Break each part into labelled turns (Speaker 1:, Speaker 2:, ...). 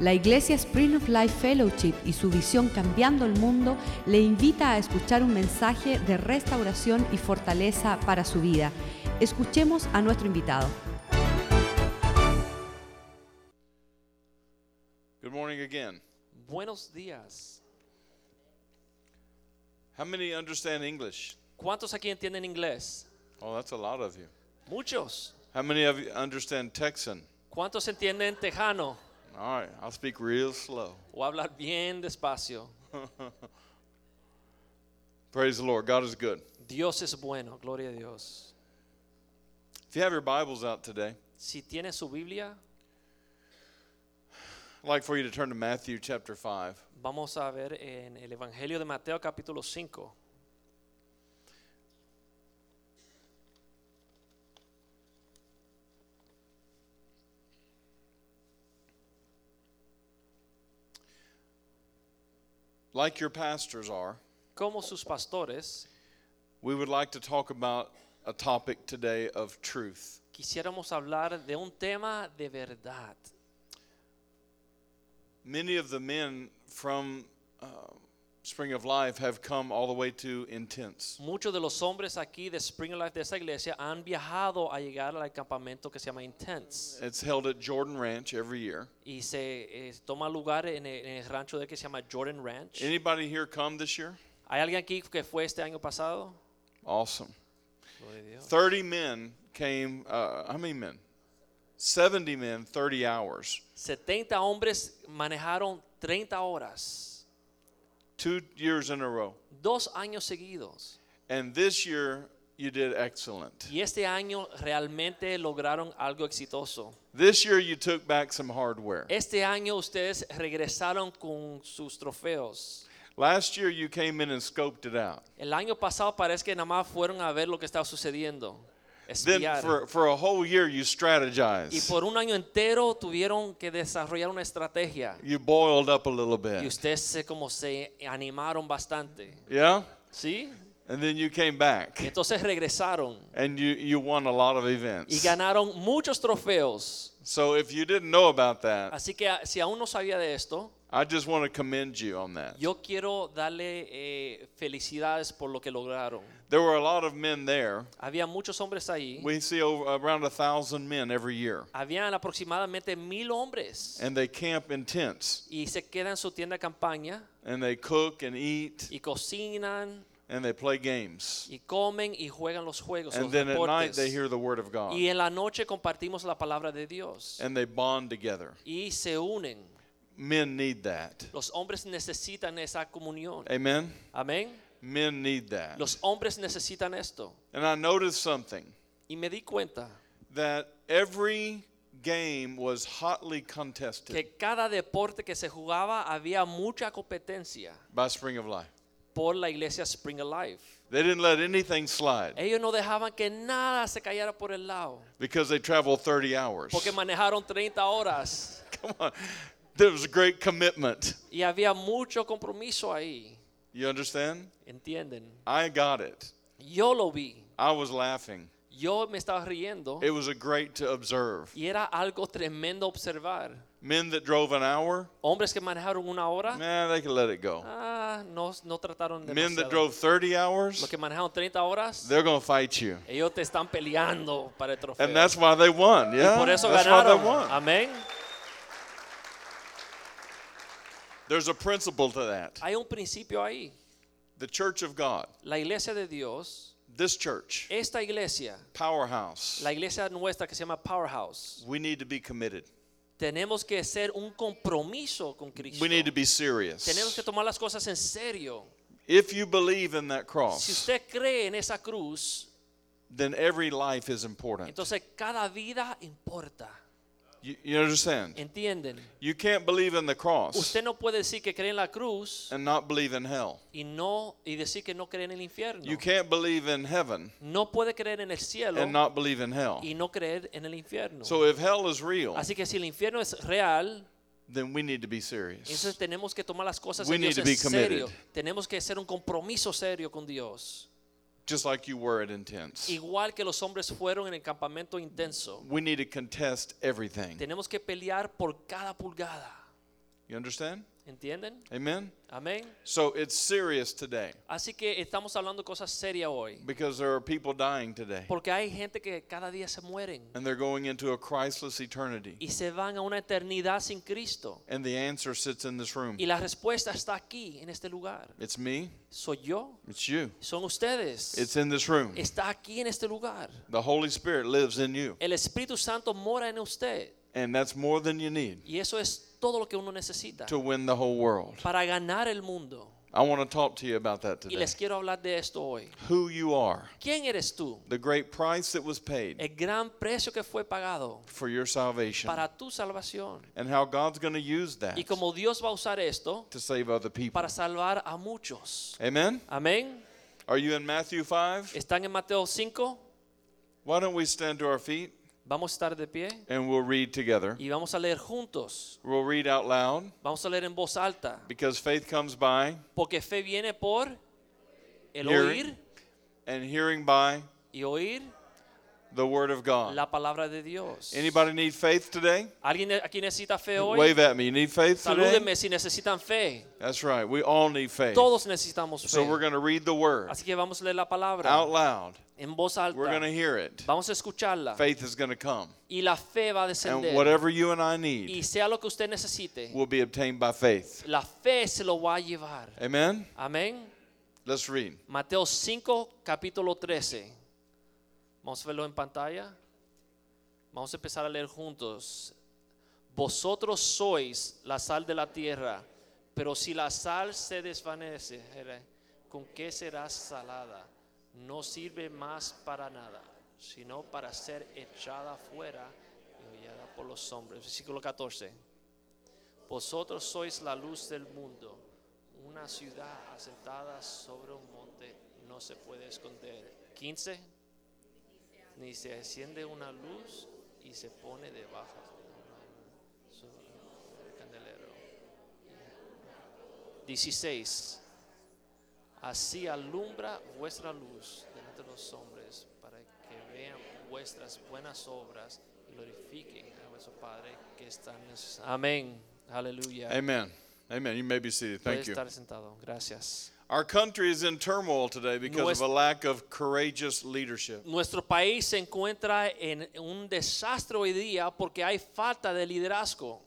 Speaker 1: La Iglesia Spring of Life Fellowship y su visión Cambiando el Mundo le invita a escuchar un mensaje de restauración y fortaleza para su vida. Escuchemos a nuestro invitado.
Speaker 2: Good morning again.
Speaker 3: Buenos días.
Speaker 2: How many understand English?
Speaker 3: ¿Cuántos aquí entienden inglés?
Speaker 2: Oh, that's a lot of you.
Speaker 3: Muchos.
Speaker 2: How many of you understand Texan?
Speaker 3: ¿Cuántos entienden tejano?
Speaker 2: All right, I'll speak real slow.
Speaker 3: O hablar bien despacio.
Speaker 2: Praise the Lord. God is good.
Speaker 3: Dios es bueno, gloria a Dios.
Speaker 2: If you have your Bibles out today,
Speaker 3: Si tiene su Biblia,
Speaker 2: I'd like for you to turn to Matthew chapter 5.
Speaker 3: vamos a ver en el Evangelio de Mateo capítulo 5.
Speaker 2: Like your pastors are,
Speaker 3: Como sus pastores,
Speaker 2: we would like to talk about a topic today of truth.
Speaker 3: quisiéramos hablar de un tema de verdad.
Speaker 2: Many of the men from uh, Spring of Life have come all the way to Intense.
Speaker 3: Muchos de los hombres aquí de Spring Life de esta iglesia han viajado a llegar al campamento que se llama Intense
Speaker 2: It's held at Jordan Ranch every year.
Speaker 3: y se eh, toma lugar en el, en el rancho de que se llama Jordan Ranch.
Speaker 2: Anybody here come this year?
Speaker 3: ¿Hay alguien aquí que fue este año pasado?
Speaker 2: Awesome.
Speaker 3: Gloria a Dios.
Speaker 2: 30 men came, uh, how many men? 70 men, 30 hours.
Speaker 3: 70 hombres manejaron 30 horas,
Speaker 2: Two years in a row.
Speaker 3: dos años seguidos.
Speaker 2: And this year, you did excellent.
Speaker 3: Y este año realmente lograron algo exitoso.
Speaker 2: This year, you took back some hardware.
Speaker 3: Este año ustedes regresaron con sus trofeos.
Speaker 2: Last year, you came in and scoped it out.
Speaker 3: El año pasado parece que nada más fueron a ver lo que estaba sucediendo.
Speaker 2: Then,
Speaker 3: Espiar.
Speaker 2: for, for a whole year, you
Speaker 3: y
Speaker 2: strategized.
Speaker 3: por un año entero tuvieron que desarrollar una estrategia.
Speaker 2: You boiled up a little
Speaker 3: Y
Speaker 2: bit.
Speaker 3: ustedes se, como se animaron bastante.
Speaker 2: Yeah?
Speaker 3: ¿Sí?
Speaker 2: And then you came back
Speaker 3: Entonces regresaron.
Speaker 2: and you, you won a lot of
Speaker 3: y
Speaker 2: events.
Speaker 3: ganaron muchos trofeos.
Speaker 2: So, if you didn't know about that,
Speaker 3: Así que a- si aún no sabía de esto,
Speaker 2: I just want to commend you on that.
Speaker 3: yo quiero darle eh, felicidades por lo que lograron.
Speaker 2: There were a lot of men there.
Speaker 3: Había muchos hombres ahí.
Speaker 2: We see over, around a thousand men every year,
Speaker 3: Habían aproximadamente mil hombres.
Speaker 2: and they camp in tents,
Speaker 3: Y se quedan en su tienda de campaña
Speaker 2: and they cook and eat,
Speaker 3: y cocinan
Speaker 2: and they play games.
Speaker 3: y comen y juegan los juegos,
Speaker 2: And
Speaker 3: los
Speaker 2: then at night
Speaker 3: deportes.
Speaker 2: they hear the word of God,
Speaker 3: Y en la noche compartimos la palabra de Dios.
Speaker 2: and they bond together.
Speaker 3: Y se unen.
Speaker 2: Men need that.
Speaker 3: Los hombres necesitan esa comunión.
Speaker 2: Amen.
Speaker 3: Amén.
Speaker 2: Men need that.
Speaker 3: Los hombres necesitan esto.
Speaker 2: And I noticed something
Speaker 3: Y me di cuenta.
Speaker 2: that every game was hotly contested
Speaker 3: que cada deporte que se jugaba había mucha competencia
Speaker 2: by Spring of Life.
Speaker 3: por la iglesia Spring Alive.
Speaker 2: They didn't let anything slide
Speaker 3: Ellos no dejaban que nada se cayera por el lado,
Speaker 2: because they traveled 30 hours.
Speaker 3: porque manejaron 30 horas
Speaker 2: Come on. There was a great commitment.
Speaker 3: y había mucho compromiso ahí,
Speaker 2: You understand?
Speaker 3: ¿entienden?
Speaker 2: I got it.
Speaker 3: Yo lo vi,
Speaker 2: I was laughing.
Speaker 3: yo me estaba riendo
Speaker 2: It was a great to observe.
Speaker 3: y era algo tremendo observar.
Speaker 2: Men that drove an hour,
Speaker 3: Hombres que manejaron una hora,
Speaker 2: man, they could let it go.
Speaker 3: ah, no, no trataron de
Speaker 2: Men that drove 30
Speaker 3: Los
Speaker 2: hours,
Speaker 3: que manejaron 30 horas,
Speaker 2: they're going to fight you.
Speaker 3: ellos te están peleando para el trofeo.
Speaker 2: And that's why they won. Yeah.
Speaker 3: por eso
Speaker 2: that's why they
Speaker 3: ganaron.
Speaker 2: won.
Speaker 3: Amén.
Speaker 2: There's a principle to that.
Speaker 3: Hay un principio ahí.
Speaker 2: The church of God,
Speaker 3: La iglesia de Dios,
Speaker 2: this church,
Speaker 3: esta iglesia,
Speaker 2: powerhouse,
Speaker 3: la iglesia nuestra que se llama Powerhouse,
Speaker 2: we need to be committed.
Speaker 3: tenemos que hacer un compromiso con Cristo.
Speaker 2: We need to be
Speaker 3: Tenemos
Speaker 2: serious.
Speaker 3: que tomar las cosas en serio.
Speaker 2: If you believe in that
Speaker 3: Si
Speaker 2: cross,
Speaker 3: usted cree en esa cruz,
Speaker 2: then every life is important.
Speaker 3: entonces cada vida importa.
Speaker 2: You, you understand?
Speaker 3: ¿Entienden?
Speaker 2: You can't believe in the cross
Speaker 3: Usted no puede decir que cree en la cruz
Speaker 2: and not believe in hell.
Speaker 3: y no y decir que no cree en el infierno.
Speaker 2: You can't believe in heaven
Speaker 3: No puede creer en el cielo
Speaker 2: and not believe in hell.
Speaker 3: y no creer en el infierno.
Speaker 2: So if hell is real,
Speaker 3: Así que si el infierno es real,
Speaker 2: then we need to be serious.
Speaker 3: Entonces tenemos que tomar las cosas
Speaker 2: We
Speaker 3: en,
Speaker 2: need
Speaker 3: Dios
Speaker 2: to
Speaker 3: en
Speaker 2: be committed.
Speaker 3: serio. Tenemos que hacer un compromiso serio con Dios.
Speaker 2: Just like you were at Intense.
Speaker 3: Igual que los hombres fueron en el campamento intenso.
Speaker 2: We need to contest everything.
Speaker 3: Tenemos que pelear por cada pulgada.
Speaker 2: You understand?
Speaker 3: ¿Entienden?
Speaker 2: Amen?
Speaker 3: Amén.
Speaker 2: So it's serious today
Speaker 3: Así que estamos hablando cosas serias hoy.
Speaker 2: because there are people dying today
Speaker 3: Porque hay gente que cada día se mueren
Speaker 2: and they're going into a Christless eternity.
Speaker 3: y se van a una eternidad sin Cristo.
Speaker 2: And the answer sits in this room
Speaker 3: Y la respuesta está aquí, en este lugar.
Speaker 2: it's me,
Speaker 3: Soy yo,
Speaker 2: it's you,
Speaker 3: son ustedes.
Speaker 2: it's in this room.
Speaker 3: Está aquí en este lugar.
Speaker 2: The Holy Spirit lives in you,
Speaker 3: El Espíritu Santo mora en usted.
Speaker 2: and that's more than you need
Speaker 3: Y eso es todo lo que uno necesita
Speaker 2: to win the whole world.
Speaker 3: para ganar el mundo.
Speaker 2: I want to talk to you about that
Speaker 3: Y
Speaker 2: today.
Speaker 3: les quiero hablar de esto hoy.
Speaker 2: Who you are,
Speaker 3: ¿Quién eres tú?
Speaker 2: the great price that was paid
Speaker 3: El gran precio que fue pagado
Speaker 2: for your salvation,
Speaker 3: para tu salvación.
Speaker 2: and how God's going to use that
Speaker 3: Y como Dios va a usar esto
Speaker 2: to save other people.
Speaker 3: para salvar a muchos.
Speaker 2: Amen?
Speaker 3: Amén.
Speaker 2: Are you in Matthew 5?
Speaker 3: Están en Mateo 5.
Speaker 2: Why don't we stand to our feet
Speaker 3: Vamos a estar de pie
Speaker 2: and we'll read together.
Speaker 3: y vamos a leer juntos.
Speaker 2: We'll read out loud
Speaker 3: Vamos a leer en voz alta.
Speaker 2: because faith comes by
Speaker 3: Porque fe viene por el
Speaker 2: Hearing.
Speaker 3: oír
Speaker 2: and hearing by
Speaker 3: y oír
Speaker 2: the word of God.
Speaker 3: la palabra de Dios.
Speaker 2: Anybody need faith today?
Speaker 3: ¿Alguien aquí necesita fe hoy?
Speaker 2: Wave at me. You need faith today?
Speaker 3: Salúdenme si necesitan fe.
Speaker 2: That's right. We all need faith.
Speaker 3: Todos necesitamos fe.
Speaker 2: So we're going to read the word
Speaker 3: Así que vamos a leer la palabra
Speaker 2: out loud.
Speaker 3: en voz alta.
Speaker 2: We're going to hear it.
Speaker 3: Vamos a escucharla
Speaker 2: Faith is going to come.
Speaker 3: y la fe va a
Speaker 2: And
Speaker 3: descender.
Speaker 2: whatever you and I
Speaker 3: Y
Speaker 2: need
Speaker 3: sea lo que usted necesite,
Speaker 2: will be obtained by faith.
Speaker 3: la fe se lo va a llevar.
Speaker 2: Amen?
Speaker 3: Amén.
Speaker 2: Let's read.
Speaker 3: Mateo 5, capítulo 13. Vamos a verlo en pantalla. Vamos a empezar a leer juntos. Vosotros sois la sal de la tierra, pero si la sal se desvanece, ¿con qué será salada? No sirve más para nada, sino para ser echada fuera y hollada por los hombres. Versículo 14. Vosotros sois la luz del mundo. Una ciudad asentada sobre un monte no se puede esconder. 15. Ni se enciende una luz y se pone debajo del candelero. 16. Así alumbra vuestra luz delante de los hombres para que vean vuestras buenas obras y glorifiquen a vuestro Padre que está en los- Amén. Aleluya.
Speaker 2: Amen. Amen. You may be seated.
Speaker 3: Puede
Speaker 2: Thank you.
Speaker 3: estar sentado. Gracias.
Speaker 2: Our country is in turmoil today because of
Speaker 3: Nues-
Speaker 2: a lack of courageous leadership.
Speaker 3: Nuestro país se encuentra en un desastre hoy día porque hay falta de liderazgo.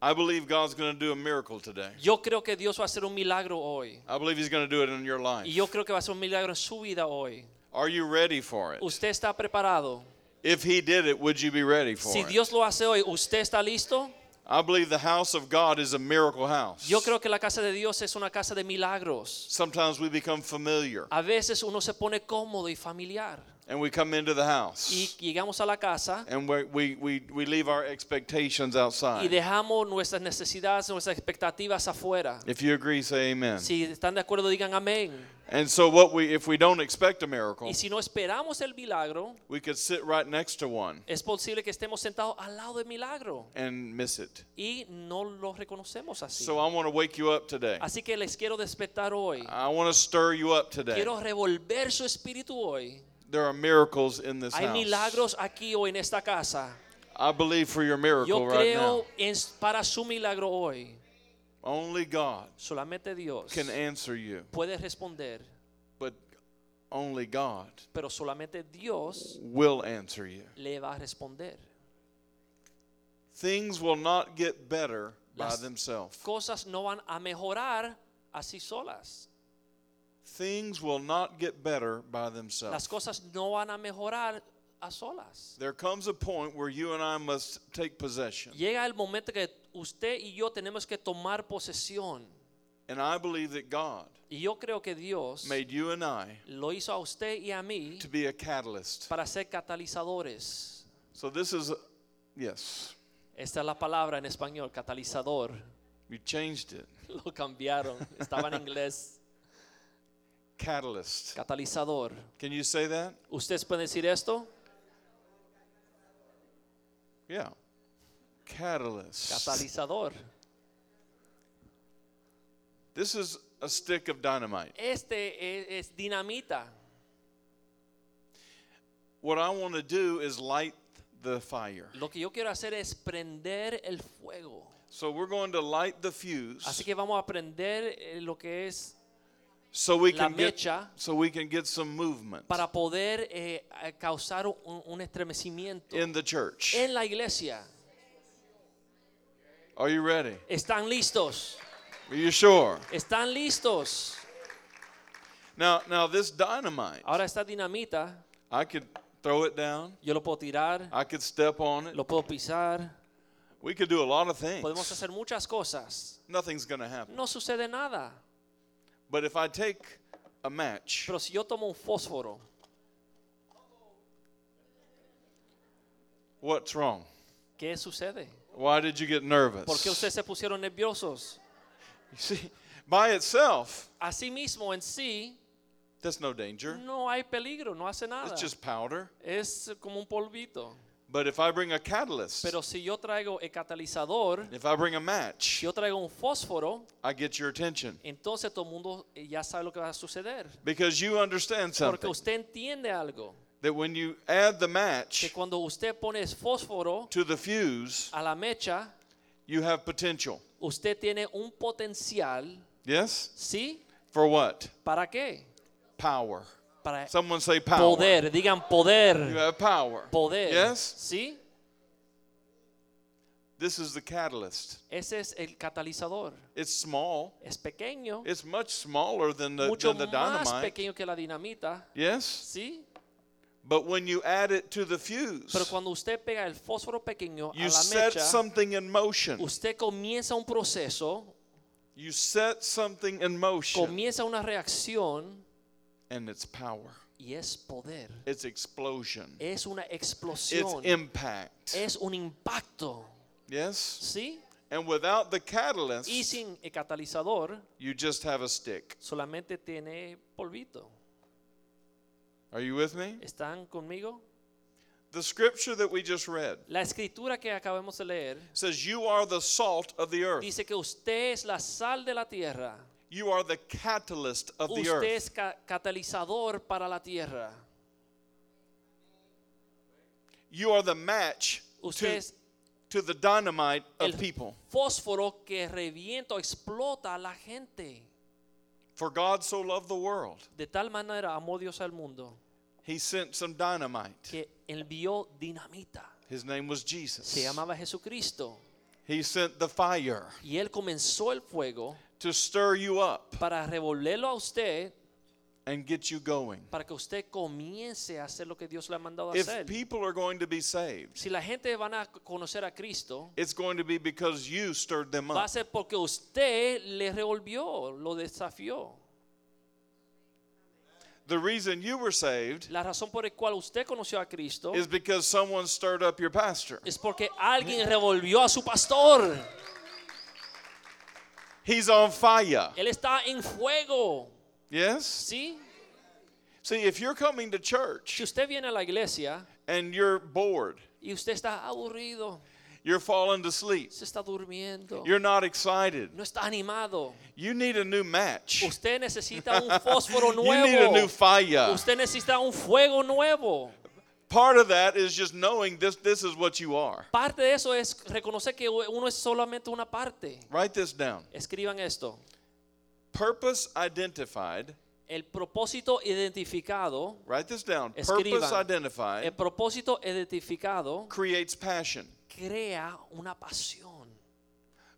Speaker 2: I believe God's going to do a miracle today.
Speaker 3: Yo creo que Dios va a hacer un milagro hoy.
Speaker 2: I believe He's going to do it in your life.
Speaker 3: Y yo creo que va a hacer un milagro en su vida hoy.
Speaker 2: Are you ready for it?
Speaker 3: ¿Usted está preparado?
Speaker 2: If He did it, would you be ready for
Speaker 3: Si
Speaker 2: it?
Speaker 3: Dios lo hace hoy, ¿usted está listo?
Speaker 2: I believe the house of God is a miracle house.
Speaker 3: Yo creo que la casa de Dios es una casa de milagros.
Speaker 2: Sometimes we become familiar
Speaker 3: A veces uno se pone cómodo y familiar.
Speaker 2: and we come into the house
Speaker 3: Y llegamos a la casa
Speaker 2: and we, we, we, we leave our expectations
Speaker 3: y
Speaker 2: outside.
Speaker 3: dejamos nuestras necesidades, nuestras expectativas afuera.
Speaker 2: If you agree, say amen.
Speaker 3: Si están de acuerdo, digan amén.
Speaker 2: And so what we if we don't expect a miracle,
Speaker 3: Y si no esperamos el milagro,
Speaker 2: we could sit right next to one
Speaker 3: es posible que estemos sentados al lado del milagro
Speaker 2: and miss it.
Speaker 3: y no lo reconocemos así.
Speaker 2: So Ah, I want to wake you up today.
Speaker 3: Así que les quiero despertar hoy.
Speaker 2: I want to stir you up today.
Speaker 3: Quiero revolver su espíritu hoy.
Speaker 2: There are miracles in this
Speaker 3: Hay
Speaker 2: house.
Speaker 3: milagros aquí hoy en esta casa.
Speaker 2: I believe for your miracle
Speaker 3: Yo
Speaker 2: right now.
Speaker 3: creo en, para su milagro hoy.
Speaker 2: Only God
Speaker 3: Solamente Dios
Speaker 2: can answer you,
Speaker 3: puede responder,
Speaker 2: but only God
Speaker 3: pero solamente Dios
Speaker 2: will answer you.
Speaker 3: le va a responder.
Speaker 2: Things will not get better by
Speaker 3: Las-
Speaker 2: themselves.
Speaker 3: Cosas no van a mejorar así solas.
Speaker 2: Things will not get better by themselves.
Speaker 3: Las cosas no van a mejorar a solas.
Speaker 2: There comes a point where you and I must take possession.
Speaker 3: Llega el momento que usted y yo tenemos que tomar posesión.
Speaker 2: And I believe that God
Speaker 3: Y yo creo que Dios
Speaker 2: made you and I
Speaker 3: lo hizo a usted y a mí
Speaker 2: to be a catalyst.
Speaker 3: para ser catalizadores.
Speaker 2: So this is, yes,
Speaker 3: Esta es la palabra en español, catalizador.
Speaker 2: you changed it.
Speaker 3: Lo cambiaron, estaba en inglés.
Speaker 2: Catalyst.
Speaker 3: Catalizador.
Speaker 2: Can you say that?
Speaker 3: ¿Ustedes pueden decir esto?
Speaker 2: Yeah. Catalyst.
Speaker 3: Catalizador.
Speaker 2: This is a stick of dynamite.
Speaker 3: Este es, es dinamita.
Speaker 2: What I want to do is light the fire.
Speaker 3: Lo que yo quiero hacer es prender el fuego.
Speaker 2: So we're going to light the fuse
Speaker 3: Así que vamos a prender eh, lo que es
Speaker 2: so we
Speaker 3: la
Speaker 2: can get
Speaker 3: mecha.
Speaker 2: so we can get some movement
Speaker 3: para poder eh, eh, causar un, un estremecimiento
Speaker 2: in the church.
Speaker 3: en la iglesia.
Speaker 2: Are you ready?
Speaker 3: ¿Están listos?
Speaker 2: Are you sure?
Speaker 3: ¿Están listos?
Speaker 2: Now now this dynamite,
Speaker 3: Ahora esta dinamita,
Speaker 2: I could throw it down.
Speaker 3: yo lo puedo tirar,
Speaker 2: I could step on it.
Speaker 3: lo puedo pisar,
Speaker 2: We could do a lot of things.
Speaker 3: podemos hacer muchas cosas.
Speaker 2: Nothing's going to happen.
Speaker 3: No sucede nada.
Speaker 2: But if I take a match
Speaker 3: Pero si yo tomo un fósforo,
Speaker 2: What's wrong?
Speaker 3: ¿qué sucede?
Speaker 2: Why did you get nervous?
Speaker 3: ¿Por qué ustedes se pusieron nerviosos?
Speaker 2: You see, by itself,
Speaker 3: Asimismo, en sí,
Speaker 2: that's no danger.
Speaker 3: no hay peligro, no hace nada.
Speaker 2: It's just powder.
Speaker 3: Es como un polvito.
Speaker 2: But if I bring a catalyst,
Speaker 3: Pero si yo traigo el catalizador,
Speaker 2: if I bring a match,
Speaker 3: yo traigo un fósforo,
Speaker 2: I get your attention
Speaker 3: entonces todo el mundo eh, ya sabe lo que va a suceder.
Speaker 2: because you understand
Speaker 3: Porque
Speaker 2: something
Speaker 3: usted entiende algo,
Speaker 2: that when you add the
Speaker 3: que
Speaker 2: match
Speaker 3: cuando usted pone el fósforo
Speaker 2: to the fuse,
Speaker 3: a la mecha,
Speaker 2: you have potential.
Speaker 3: usted tiene un potencial,
Speaker 2: Yes?
Speaker 3: ¿sí?
Speaker 2: For what?
Speaker 3: ¿Para qué?
Speaker 2: Power.
Speaker 3: Para
Speaker 2: Someone say power.
Speaker 3: poder, digan
Speaker 2: You
Speaker 3: poder,
Speaker 2: have power.
Speaker 3: poder,
Speaker 2: Yes?
Speaker 3: ¿sí?
Speaker 2: This is the catalyst.
Speaker 3: Ese es el catalizador.
Speaker 2: It's small.
Speaker 3: Es pequeño,
Speaker 2: It's much smaller than the,
Speaker 3: mucho
Speaker 2: than the
Speaker 3: más
Speaker 2: dynamite.
Speaker 3: pequeño que la dinamita,
Speaker 2: Yes?
Speaker 3: ¿sí?
Speaker 2: But when you add it to the fuse,
Speaker 3: Pero cuando usted pega el fósforo pequeño a
Speaker 2: You
Speaker 3: la
Speaker 2: set
Speaker 3: mecha,
Speaker 2: something in motion.
Speaker 3: usted comienza un proceso,
Speaker 2: You set something in motion.
Speaker 3: comienza una reacción
Speaker 2: And it's power.
Speaker 3: y es poder.
Speaker 2: It's explosion.
Speaker 3: Es una
Speaker 2: It's
Speaker 3: explosión.
Speaker 2: impact.
Speaker 3: Es un impacto.
Speaker 2: Yes?
Speaker 3: ¿Sí?
Speaker 2: And without the
Speaker 3: Y
Speaker 2: catalyst,
Speaker 3: sin el catalizador,
Speaker 2: you just have a stick.
Speaker 3: solamente tiene polvito.
Speaker 2: Are you with me?
Speaker 3: ¿Están conmigo?
Speaker 2: The scripture that we just read
Speaker 3: La escritura que acabamos de leer
Speaker 2: says, You are the salt of the earth.
Speaker 3: dice que usted es la sal de la tierra.
Speaker 2: You are the catalyst of the
Speaker 3: Usted
Speaker 2: earth.
Speaker 3: es ca- catalizador para la tierra.
Speaker 2: You are the match
Speaker 3: Usted
Speaker 2: to,
Speaker 3: es
Speaker 2: to the dynamite
Speaker 3: el
Speaker 2: of people.
Speaker 3: fósforo que revienta o explota a la gente.
Speaker 2: For God so loved the world,
Speaker 3: De tal manera amó Dios al mundo
Speaker 2: He sent some dynamite.
Speaker 3: que envió dinamita.
Speaker 2: His name was Jesus.
Speaker 3: Se llamaba Jesucristo.
Speaker 2: He sent the fire
Speaker 3: Y él comenzó el fuego
Speaker 2: to stir you up
Speaker 3: para revolverlo a usted
Speaker 2: and get you going.
Speaker 3: para que usted comience a hacer lo que Dios le ha mandado a
Speaker 2: If
Speaker 3: hacer.
Speaker 2: people are going to be saved,
Speaker 3: Si la gente van a conocer a Cristo,
Speaker 2: it's going to be because you stirred them
Speaker 3: va a
Speaker 2: up.
Speaker 3: ser porque usted le revolvió, lo desafió.
Speaker 2: The reason you were saved
Speaker 3: La razón por la cual usted conoció a Cristo
Speaker 2: is because someone stirred up your pastor.
Speaker 3: es porque alguien revolvió a su pastor.
Speaker 2: He's on fire.
Speaker 3: Él está en fuego.
Speaker 2: Yes?
Speaker 3: ¿Sí?
Speaker 2: See, if you're coming to
Speaker 3: Si
Speaker 2: church
Speaker 3: usted viene a la iglesia
Speaker 2: and you're bored,
Speaker 3: y usted está aburrido,
Speaker 2: you're falling to sleep,
Speaker 3: se está durmiendo,
Speaker 2: you're not excited,
Speaker 3: no está animado,
Speaker 2: you need a new match.
Speaker 3: usted necesita un fósforo
Speaker 2: You need a new
Speaker 3: nuevo.
Speaker 2: fire.
Speaker 3: Usted necesita un fuego nuevo.
Speaker 2: Part of that is just knowing this this is what you are.
Speaker 3: Parte de eso es reconocer que uno es solamente una parte.
Speaker 2: Write this down.
Speaker 3: Escriban esto.
Speaker 2: Purpose identified.
Speaker 3: El propósito identificado,
Speaker 2: Write this down. Purpose
Speaker 3: Escriban.
Speaker 2: identified
Speaker 3: el propósito identificado
Speaker 2: creates passion.
Speaker 3: crea una pasión.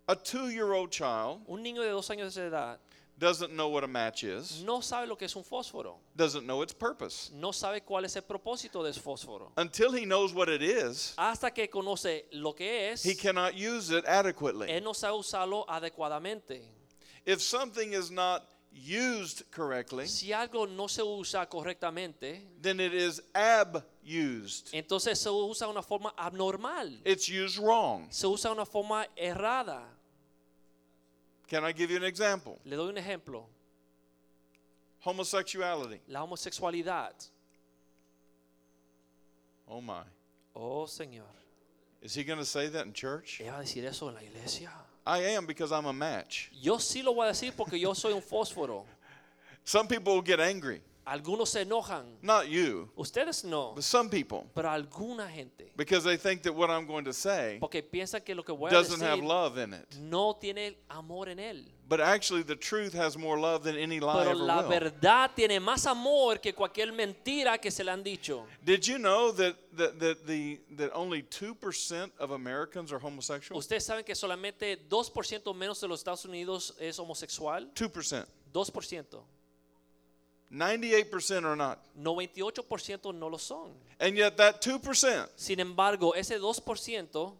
Speaker 2: A two-year-old child
Speaker 3: Un niño de dos años de edad
Speaker 2: doesn't know what a match is,
Speaker 3: no sabe lo que es un fósforo,
Speaker 2: doesn't know its purpose.
Speaker 3: no sabe cuál es el propósito del fósforo.
Speaker 2: Until he knows what it is,
Speaker 3: Hasta que conoce lo que es,
Speaker 2: he cannot use it adecuately.
Speaker 3: él no sabe usarlo adecuadamente.
Speaker 2: If something is not used correctly,
Speaker 3: Si algo no se usa correctamente,
Speaker 2: then it is abused.
Speaker 3: entonces se usa de una forma abnormal.
Speaker 2: It's used wrong.
Speaker 3: se usa de una forma errada.
Speaker 2: Can I give you an example?
Speaker 3: Le doy un ejemplo,
Speaker 2: Homosexuality.
Speaker 3: la homosexualidad.
Speaker 2: Oh my.
Speaker 3: Oh Señor,
Speaker 2: Is he going to say that in church?
Speaker 3: ¿ella va a decir eso en la iglesia?
Speaker 2: I am because I'm a match.
Speaker 3: Yo sí lo voy a decir porque yo soy un fósforo.
Speaker 2: Some people will get angry.
Speaker 3: Algunos se enojan.
Speaker 2: Not you,
Speaker 3: Ustedes no,
Speaker 2: but some people.
Speaker 3: pero alguna gente.
Speaker 2: Because they think that what I'm going to say
Speaker 3: Porque piensan que lo que voy a
Speaker 2: doesn't have
Speaker 3: decir
Speaker 2: love in it.
Speaker 3: no tiene amor en él.
Speaker 2: But actually, the truth has more love than any lie
Speaker 3: Pero
Speaker 2: ever
Speaker 3: la
Speaker 2: will.
Speaker 3: verdad tiene más amor que cualquier mentira que se le han dicho.
Speaker 2: Did you know that, that, that, the, that only 2% of Americans are homosexual?
Speaker 3: Ustedes saben que solamente 2% menos de los Estados Unidos es homosexual.
Speaker 2: 2%.
Speaker 3: 2%.
Speaker 2: 98% are not.
Speaker 3: 98% no lo son.
Speaker 2: And yet, that 2%
Speaker 3: Sin embargo, ese 2%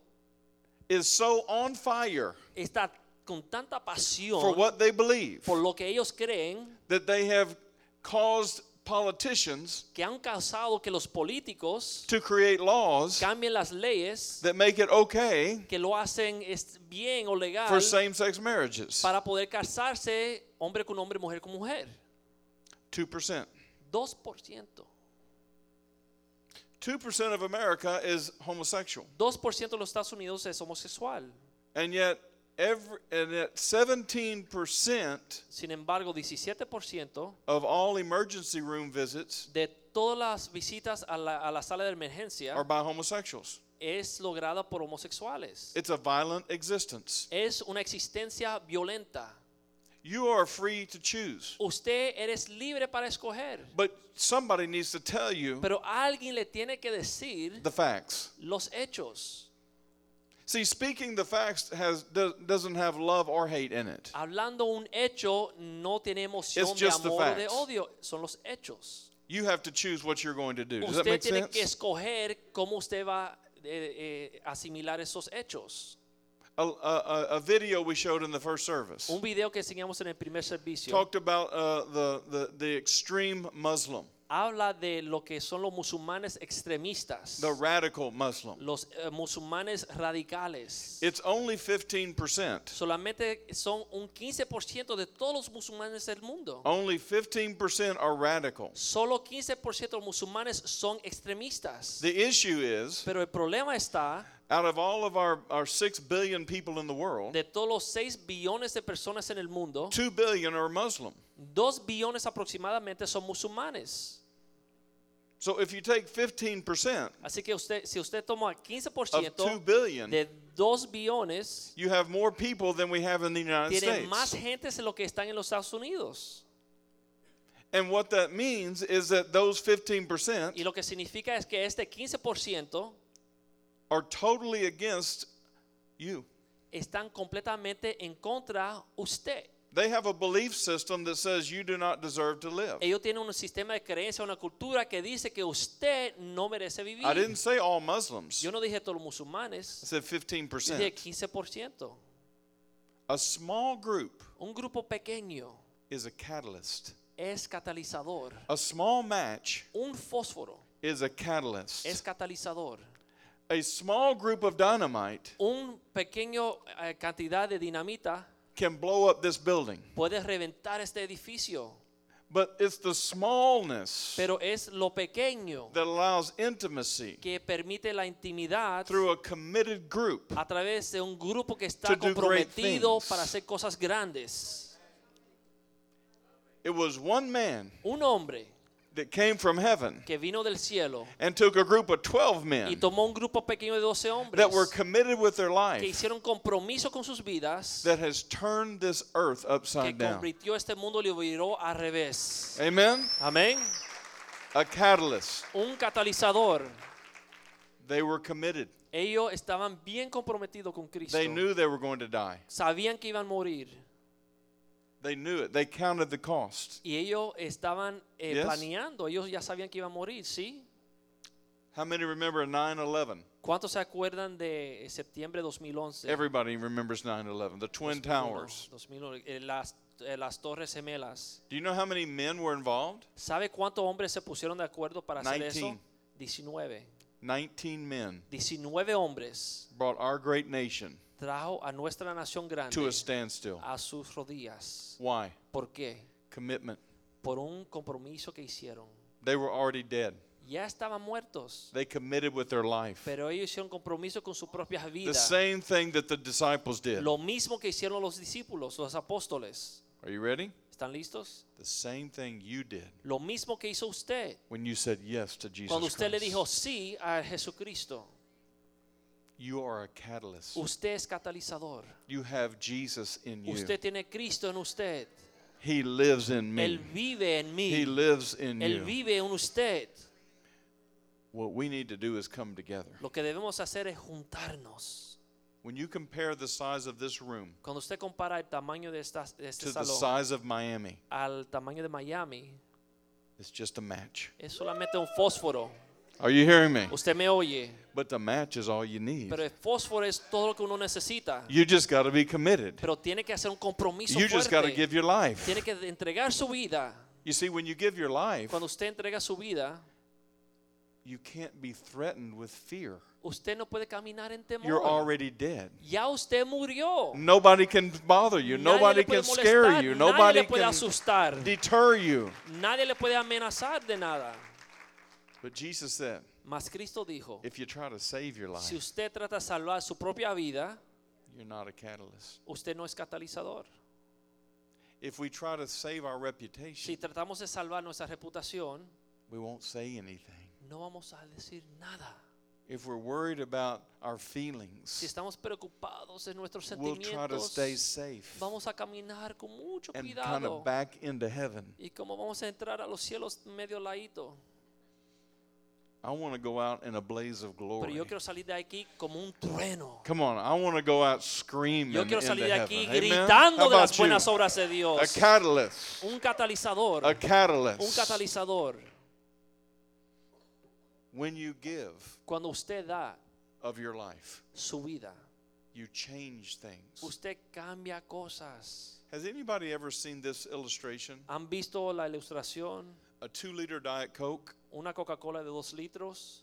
Speaker 2: is so on fire
Speaker 3: está con tanta
Speaker 2: for
Speaker 3: pasión
Speaker 2: what they believe
Speaker 3: por lo que ellos creen
Speaker 2: that they have caused politicians
Speaker 3: que han causado que los políticos
Speaker 2: to create laws
Speaker 3: cambien las leyes
Speaker 2: that make it okay
Speaker 3: que lo hacen es- bien o legal
Speaker 2: for same sex marriages.
Speaker 3: para poder casarse hombre con hombre, mujer con mujer.
Speaker 2: 2%.
Speaker 3: 2%.
Speaker 2: 2% of America is homosexual.
Speaker 3: 2% de los Estados Unidos es homosexual.
Speaker 2: And yet, every, and yet 17%
Speaker 3: Sin embargo, 17%
Speaker 2: of all emergency room visits
Speaker 3: de todas las visitas a la, a la sala de emergencia
Speaker 2: are by homosexuals.
Speaker 3: es lograda por homosexuales.
Speaker 2: It's a violent existence.
Speaker 3: Es una existencia violenta.
Speaker 2: You are free to choose.
Speaker 3: Usted eres libre para escoger,
Speaker 2: But somebody needs to tell you
Speaker 3: pero alguien le tiene que decir
Speaker 2: the facts.
Speaker 3: los hechos.
Speaker 2: See, speaking the facts has do, doesn't have love or hate in it.
Speaker 3: Hablando un hecho no tiene emoción
Speaker 2: It's
Speaker 3: de
Speaker 2: just the
Speaker 3: amor o de
Speaker 2: facts.
Speaker 3: odio, son los hechos.
Speaker 2: You have to choose what you're going to do. Does that
Speaker 3: Usted
Speaker 2: make
Speaker 3: tiene que
Speaker 2: sense?
Speaker 3: escoger cómo usted va a asimilar esos hechos.
Speaker 2: A, a- a- a video we showed in the first service
Speaker 3: Un video que enseñamos en el primer servicio
Speaker 2: talked about uh, the, the, the extreme Muslim,
Speaker 3: habla de lo que son los musulmanes extremistas,
Speaker 2: the radical Muslim.
Speaker 3: los eh, musulmanes radicales.
Speaker 2: It's only 15%.
Speaker 3: Solamente son un 15% de todos los musulmanes del mundo.
Speaker 2: Only 15% are radical.
Speaker 3: Solo 15% de los musulmanes son extremistas.
Speaker 2: The issue is
Speaker 3: Pero el problema está
Speaker 2: out of all of our, our 6 billion people in the world,
Speaker 3: de todos los 6 billones de personas en el mundo,
Speaker 2: 2 billion are Muslim.
Speaker 3: 2 billones aproximadamente son musulmanes.
Speaker 2: So if you take 15%
Speaker 3: Así que usted, si usted toma
Speaker 2: of 2
Speaker 3: 15%
Speaker 2: billion,
Speaker 3: de 2 billones,
Speaker 2: you have more people than we have in the United
Speaker 3: tiene más
Speaker 2: States.
Speaker 3: gente de lo que están en los Estados Unidos.
Speaker 2: And what that means is that those
Speaker 3: Y
Speaker 2: 15%
Speaker 3: lo que significa es que este 15%
Speaker 2: are totally against you.
Speaker 3: están completamente en contra usted.
Speaker 2: They have a belief system that says you do not deserve to live.
Speaker 3: Ellos tienen un sistema de creencia, una cultura que dice que usted no merece vivir.
Speaker 2: I didn't say all Muslims.
Speaker 3: Yo
Speaker 2: I
Speaker 3: no dije todos los musulmanes,
Speaker 2: said
Speaker 3: yo
Speaker 2: 15%.
Speaker 3: dije 15%.
Speaker 2: A small group
Speaker 3: Un grupo pequeño
Speaker 2: is a catalyst.
Speaker 3: es catalizador.
Speaker 2: A small match
Speaker 3: Un fósforo
Speaker 2: is a
Speaker 3: es
Speaker 2: catalyst.
Speaker 3: catalizador.
Speaker 2: A small group of dynamite
Speaker 3: Un pequeño eh, cantidad de dinamita
Speaker 2: can blow up this building.
Speaker 3: puede reventar este edificio,
Speaker 2: But it's the smallness
Speaker 3: pero es lo pequeño
Speaker 2: that allows intimacy
Speaker 3: que permite la intimidad
Speaker 2: through a committed group.
Speaker 3: a través de un grupo que
Speaker 2: To
Speaker 3: está
Speaker 2: do great
Speaker 3: comprometido
Speaker 2: things.
Speaker 3: para hacer cosas grandes.
Speaker 2: It was one man
Speaker 3: Un hombre
Speaker 2: that came from heaven
Speaker 3: que vino del cielo
Speaker 2: and took a group of 12
Speaker 3: y
Speaker 2: men
Speaker 3: tomó un grupo pequeño de 12 hombres
Speaker 2: that were committed with their
Speaker 3: que
Speaker 2: life
Speaker 3: hicieron compromiso con sus vidas,
Speaker 2: that has turned this earth
Speaker 3: que
Speaker 2: upside down.
Speaker 3: convirtió este mundo y lo viró al revés.
Speaker 2: Amen?
Speaker 3: Amén.
Speaker 2: A catalyst.
Speaker 3: Un catalizador.
Speaker 2: They were committed.
Speaker 3: Ellos estaban bien comprometidos con Cristo.
Speaker 2: They knew they were going to die.
Speaker 3: Sabían que iban a morir
Speaker 2: They knew it. They counted the cost.
Speaker 3: y ellos estaban eh,
Speaker 2: Yes.
Speaker 3: planeando. Ellos ya sabían que iban a morir, ¿sí?
Speaker 2: How many remember 9 11?
Speaker 3: ¿Cuántos se acuerdan de eh, septiembre 2011?
Speaker 2: Everybody remembers 9 11, the Twin
Speaker 3: 2001,
Speaker 2: Towers.
Speaker 3: 2001, eh, las, eh, las Torres Gemelas.
Speaker 2: Do you know how many men were involved?
Speaker 3: ¿Sabe cuántos hombres se pusieron de acuerdo para hacer eso?
Speaker 2: 19.
Speaker 3: 19.
Speaker 2: 19 men
Speaker 3: 19 hombres
Speaker 2: brought our great nation
Speaker 3: trajo a nuestra
Speaker 2: to a
Speaker 3: nación grande
Speaker 2: standstill.
Speaker 3: a sus rodillas.
Speaker 2: Why?
Speaker 3: ¿Por qué?
Speaker 2: Commitment.
Speaker 3: Por un compromiso que hicieron.
Speaker 2: They were already dead.
Speaker 3: Ya estaban muertos,
Speaker 2: They committed with their life.
Speaker 3: pero ellos hicieron compromiso con sus propias
Speaker 2: The
Speaker 3: vidas.
Speaker 2: same thing that the disciples did.
Speaker 3: Lo mismo que hicieron los discípulos, los apóstoles.
Speaker 2: Are you ready?
Speaker 3: ¿Están listos?
Speaker 2: The same thing you did
Speaker 3: Lo mismo que hizo usted
Speaker 2: when you said yes to Jesus
Speaker 3: cuando usted le
Speaker 2: Christ.
Speaker 3: dijo sí a Jesucristo.
Speaker 2: You are a catalyst.
Speaker 3: Usted es catalizador.
Speaker 2: You have Jesus in you.
Speaker 3: Usted tiene Cristo en usted.
Speaker 2: He lives in me.
Speaker 3: Él vive en
Speaker 2: He
Speaker 3: mí.
Speaker 2: lives in
Speaker 3: Él
Speaker 2: you.
Speaker 3: vive en usted.
Speaker 2: What we need to do is come together.
Speaker 3: Lo que debemos hacer es juntarnos.
Speaker 2: When you compare the size of this room
Speaker 3: Cuando usted compara el tamaño de, esta- de este
Speaker 2: to the
Speaker 3: salón
Speaker 2: size of Miami,
Speaker 3: al tamaño de Miami,
Speaker 2: it's just a match.
Speaker 3: es solamente un fósforo.
Speaker 2: Are you hearing me?
Speaker 3: Usted me oye,
Speaker 2: But the match is all you need.
Speaker 3: pero el fósforo es todo lo que uno necesita.
Speaker 2: You just got to be committed.
Speaker 3: Pero tiene que hacer un compromiso
Speaker 2: You just got to
Speaker 3: fuerte.
Speaker 2: give your life.
Speaker 3: Tiene que entregar su vida.
Speaker 2: You see, when you give your life,
Speaker 3: Cuando usted entrega su vida,
Speaker 2: you can't be threatened with fear.
Speaker 3: usted no puede caminar en
Speaker 2: You're
Speaker 3: temor.
Speaker 2: already dead.
Speaker 3: Ya usted murió.
Speaker 2: Nobody can bother you.
Speaker 3: Nadie le
Speaker 2: Nobody
Speaker 3: puede
Speaker 2: can scare
Speaker 3: molestar,
Speaker 2: you.
Speaker 3: nadie
Speaker 2: Nobody
Speaker 3: le puede
Speaker 2: can
Speaker 3: asustar,
Speaker 2: deter you.
Speaker 3: nadie le puede amenazar de nada.
Speaker 2: But Jesus said,
Speaker 3: Mas Cristo dijo,
Speaker 2: if you try to save your
Speaker 3: si
Speaker 2: life,
Speaker 3: usted trata de salvar su propia vida,
Speaker 2: you're not a catalyst.
Speaker 3: usted no es catalizador.
Speaker 2: If we try to save our
Speaker 3: Si
Speaker 2: reputation,
Speaker 3: tratamos de salvar nuestra reputación,
Speaker 2: we won't say anything.
Speaker 3: no vamos a decir nada.
Speaker 2: If we're worried about our
Speaker 3: Si
Speaker 2: feelings,
Speaker 3: estamos preocupados en nuestros
Speaker 2: we'll try to stay
Speaker 3: sentimientos,
Speaker 2: safe
Speaker 3: vamos a caminar con mucho
Speaker 2: and kind
Speaker 3: cuidado.
Speaker 2: of back into heaven.
Speaker 3: Y como vamos a entrar a los cielos medio ladito,
Speaker 2: I want to go out in a blaze of
Speaker 3: pero
Speaker 2: glory.
Speaker 3: yo quiero salir de aquí como un trueno.
Speaker 2: Come on, I want to go out screaming
Speaker 3: Yo quiero
Speaker 2: into
Speaker 3: salir de aquí
Speaker 2: heaven. Amen? How
Speaker 3: gritando de
Speaker 2: about
Speaker 3: las buenas
Speaker 2: you?
Speaker 3: obras de
Speaker 2: A
Speaker 3: Dios.
Speaker 2: catalyst.
Speaker 3: Un catalizador.
Speaker 2: A
Speaker 3: Un
Speaker 2: catalyst.
Speaker 3: catalizador.
Speaker 2: When you give
Speaker 3: Cuando usted da
Speaker 2: of your life,
Speaker 3: su vida,
Speaker 2: you change things.
Speaker 3: usted cambia cosas.
Speaker 2: Has anybody ever seen this illustration?
Speaker 3: ¿Han visto la ilustración?
Speaker 2: A two liter Diet Coke,
Speaker 3: Una Coca-Cola de dos litros.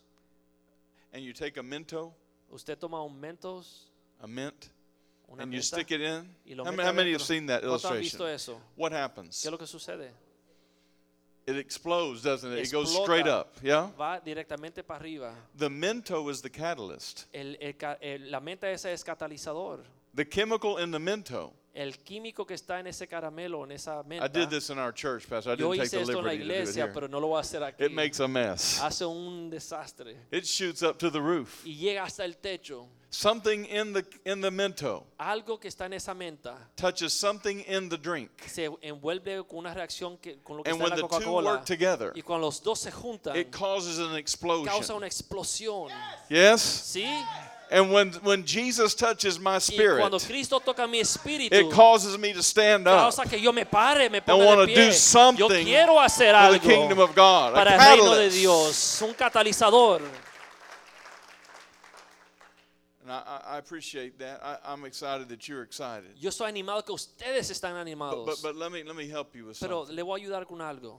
Speaker 2: and you take a Mento,
Speaker 3: Usted toma un Mentos,
Speaker 2: a mint,
Speaker 3: una
Speaker 2: and you
Speaker 3: menta,
Speaker 2: stick it in.
Speaker 3: y lo
Speaker 2: How,
Speaker 3: mete
Speaker 2: ma- how many have
Speaker 3: adentro.
Speaker 2: seen that
Speaker 3: ¿Cuántos han visto
Speaker 2: illustration?
Speaker 3: eso?
Speaker 2: What happens?
Speaker 3: ¿Qué es lo que sucede?
Speaker 2: It explodes, doesn't it? It goes
Speaker 3: Explota.
Speaker 2: straight up, yeah?
Speaker 3: Va directamente para arriba.
Speaker 2: The Mento is the catalyst.
Speaker 3: El- el ca- el- la menta esa es catalizador.
Speaker 2: The chemical in the Mento.
Speaker 3: El químico que está en ese caramelo, en esa menta.
Speaker 2: I did this in our church, Pastor. I didn't
Speaker 3: Yo
Speaker 2: take
Speaker 3: hice
Speaker 2: the
Speaker 3: esto en la
Speaker 2: liberty to do it
Speaker 3: iglesia,
Speaker 2: here.
Speaker 3: pero no lo voy a hacer aquí.
Speaker 2: It makes a mess.
Speaker 3: Hace un desastre.
Speaker 2: It shoots up to the roof.
Speaker 3: y llega hasta el techo.
Speaker 2: Something in the in the Mento
Speaker 3: Algo que está en esa menta
Speaker 2: touches something in the drink,
Speaker 3: se envuelve con una reacción que, con lo que
Speaker 2: and
Speaker 3: está
Speaker 2: when
Speaker 3: en
Speaker 2: the
Speaker 3: la
Speaker 2: two
Speaker 3: Coca-Cola.
Speaker 2: work together,
Speaker 3: Y cuando los dos se juntan,
Speaker 2: it causes an
Speaker 3: causa
Speaker 2: explosion.
Speaker 3: una explosión.
Speaker 2: Yes.
Speaker 3: ¿Sí?
Speaker 2: And when when Jesus touches my
Speaker 3: Y cuando
Speaker 2: spirit,
Speaker 3: Cristo toca mi espíritu,
Speaker 2: it causes me to stand up
Speaker 3: causa que yo me pare, me
Speaker 2: and
Speaker 3: ponga
Speaker 2: want
Speaker 3: de
Speaker 2: to do
Speaker 3: pie. Yo
Speaker 2: something
Speaker 3: quiero hacer
Speaker 2: for the kingdom
Speaker 3: algo
Speaker 2: of God. A
Speaker 3: para el reino de
Speaker 2: catalyst.
Speaker 3: Dios, un catalizador.
Speaker 2: And I, I- I appreciate that. I, I'm excited that you're excited.
Speaker 3: Yo estoy animado que ustedes están
Speaker 2: But,
Speaker 3: animados.
Speaker 2: but, but let me let me help you with
Speaker 3: pero
Speaker 2: something.
Speaker 3: le voy a ayudar con algo.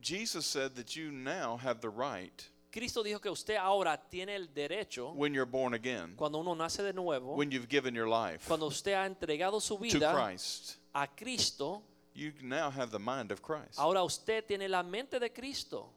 Speaker 2: Jesus said that you now have the right
Speaker 3: Cristo dijo que usted ahora tiene el derecho,
Speaker 2: when you're born again,
Speaker 3: cuando uno nace de nuevo,
Speaker 2: when you've given your life
Speaker 3: cuando usted ha entregado su
Speaker 2: to
Speaker 3: vida
Speaker 2: Christ.
Speaker 3: a Cristo,
Speaker 2: You now have the mind of Christ.
Speaker 3: ahora usted tiene la mente de Cristo.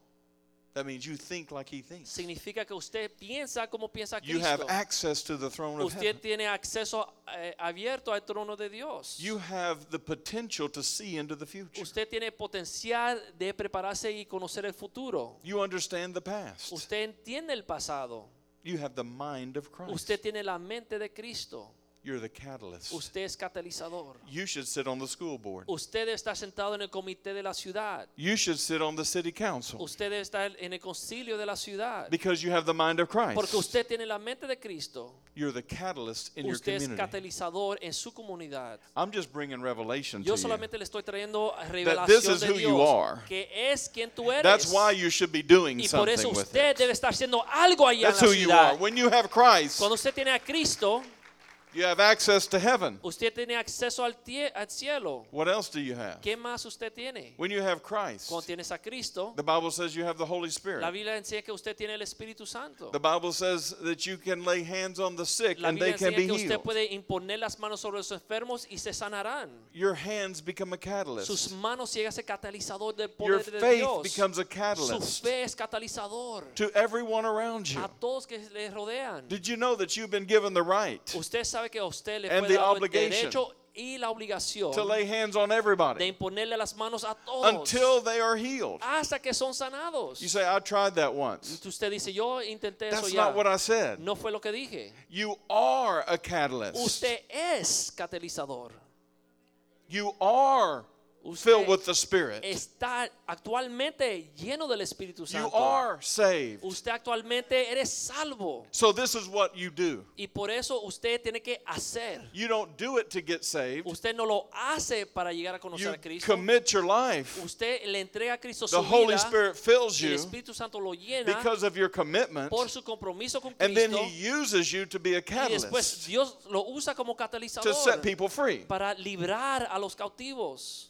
Speaker 2: That means you think like he thinks.
Speaker 3: Significa que usted piensa como piensa
Speaker 2: You have
Speaker 3: Cristo.
Speaker 2: access to the throne of
Speaker 3: Usted
Speaker 2: heaven.
Speaker 3: tiene acceso eh, abierto al trono de Dios.
Speaker 2: You have the potential to see into the future.
Speaker 3: Usted tiene potencial de prepararse y conocer el futuro.
Speaker 2: You understand the past.
Speaker 3: Usted entiende el pasado.
Speaker 2: You have the mind of Christ.
Speaker 3: Usted tiene la mente de Cristo.
Speaker 2: You're the catalyst.
Speaker 3: Usted es catalizador.
Speaker 2: You should sit on the school board.
Speaker 3: Usted está sentado en el comité de la ciudad.
Speaker 2: You should sit on the city council
Speaker 3: Usted está en el concilio de la ciudad.
Speaker 2: because you have the mind of
Speaker 3: Porque
Speaker 2: Christ.
Speaker 3: usted tiene la mente de Cristo.
Speaker 2: You're the catalyst in your
Speaker 3: Usted es
Speaker 2: community.
Speaker 3: catalizador en su comunidad.
Speaker 2: I'm just bringing revelation to
Speaker 3: Yo
Speaker 2: you.
Speaker 3: solamente le estoy trayendo
Speaker 2: this
Speaker 3: revelación
Speaker 2: is
Speaker 3: de
Speaker 2: who you
Speaker 3: Dios,
Speaker 2: are.
Speaker 3: que es quien tú eres.
Speaker 2: That's why you should be doing
Speaker 3: y por eso
Speaker 2: something with it.
Speaker 3: usted debe estar haciendo algo allá
Speaker 2: That's
Speaker 3: en
Speaker 2: who
Speaker 3: la
Speaker 2: you are.
Speaker 3: ciudad.
Speaker 2: When you have Christ,
Speaker 3: Cuando usted tiene a Cristo,
Speaker 2: you have access to heaven.
Speaker 3: usted tiene acceso al, tie- al cielo.
Speaker 2: What else do you have?
Speaker 3: ¿Qué más usted tiene?
Speaker 2: When you have
Speaker 3: Cuando
Speaker 2: Christ,
Speaker 3: tienes a Cristo,
Speaker 2: the Bible says you have the Holy
Speaker 3: la
Speaker 2: Spirit.
Speaker 3: Biblia enseña que usted tiene el Espíritu Santo.
Speaker 2: The Bible says that you can lay hands on the sick
Speaker 3: La
Speaker 2: and
Speaker 3: Biblia
Speaker 2: they
Speaker 3: enseña
Speaker 2: can be
Speaker 3: que usted
Speaker 2: healed.
Speaker 3: puede imponer las manos sobre los enfermos y se sanarán.
Speaker 2: Your hands become a
Speaker 3: Sus
Speaker 2: catalyst.
Speaker 3: manos llegan a ser catalizador del
Speaker 2: Your
Speaker 3: poder de
Speaker 2: faith
Speaker 3: Dios.
Speaker 2: becomes a
Speaker 3: Su
Speaker 2: catalyst
Speaker 3: fe es catalizador
Speaker 2: to everyone around you.
Speaker 3: a todos que le rodean.
Speaker 2: Did you know that you've been given the right
Speaker 3: Usted sabe que a usted le
Speaker 2: And
Speaker 3: fue
Speaker 2: the
Speaker 3: dado el
Speaker 2: obligation.
Speaker 3: derecho y la obligación
Speaker 2: to lay hands on
Speaker 3: de
Speaker 2: everybody
Speaker 3: imponerle las manos a todos
Speaker 2: until they are healed.
Speaker 3: hasta que son sanados.
Speaker 2: You say, I tried that once.
Speaker 3: Entonces Usted dice, yo intenté eso
Speaker 2: That's
Speaker 3: ya.
Speaker 2: not what I said.
Speaker 3: No fue lo que dije.
Speaker 2: You are a catalyst.
Speaker 3: Usted es catalizador.
Speaker 2: You are filled with the Spirit.
Speaker 3: Está actualmente lleno del Espíritu
Speaker 2: You
Speaker 3: Santo.
Speaker 2: are saved.
Speaker 3: Usted actualmente eres salvo.
Speaker 2: So this is what you do.
Speaker 3: Y por eso usted tiene que hacer.
Speaker 2: You don't do it to get saved.
Speaker 3: Usted no lo hace para llegar a conocer
Speaker 2: You
Speaker 3: a Cristo.
Speaker 2: commit your life.
Speaker 3: Usted le entrega a Cristo su
Speaker 2: The Holy
Speaker 3: vida.
Speaker 2: Spirit fills
Speaker 3: el
Speaker 2: you
Speaker 3: Espíritu Santo lo llena
Speaker 2: because of your commitment,
Speaker 3: por su compromiso con
Speaker 2: and then
Speaker 3: Cristo.
Speaker 2: He uses you to be a
Speaker 3: y después
Speaker 2: catalyst
Speaker 3: Dios lo usa como
Speaker 2: to set
Speaker 3: catalizador
Speaker 2: people free.
Speaker 3: para librar a los cautivos.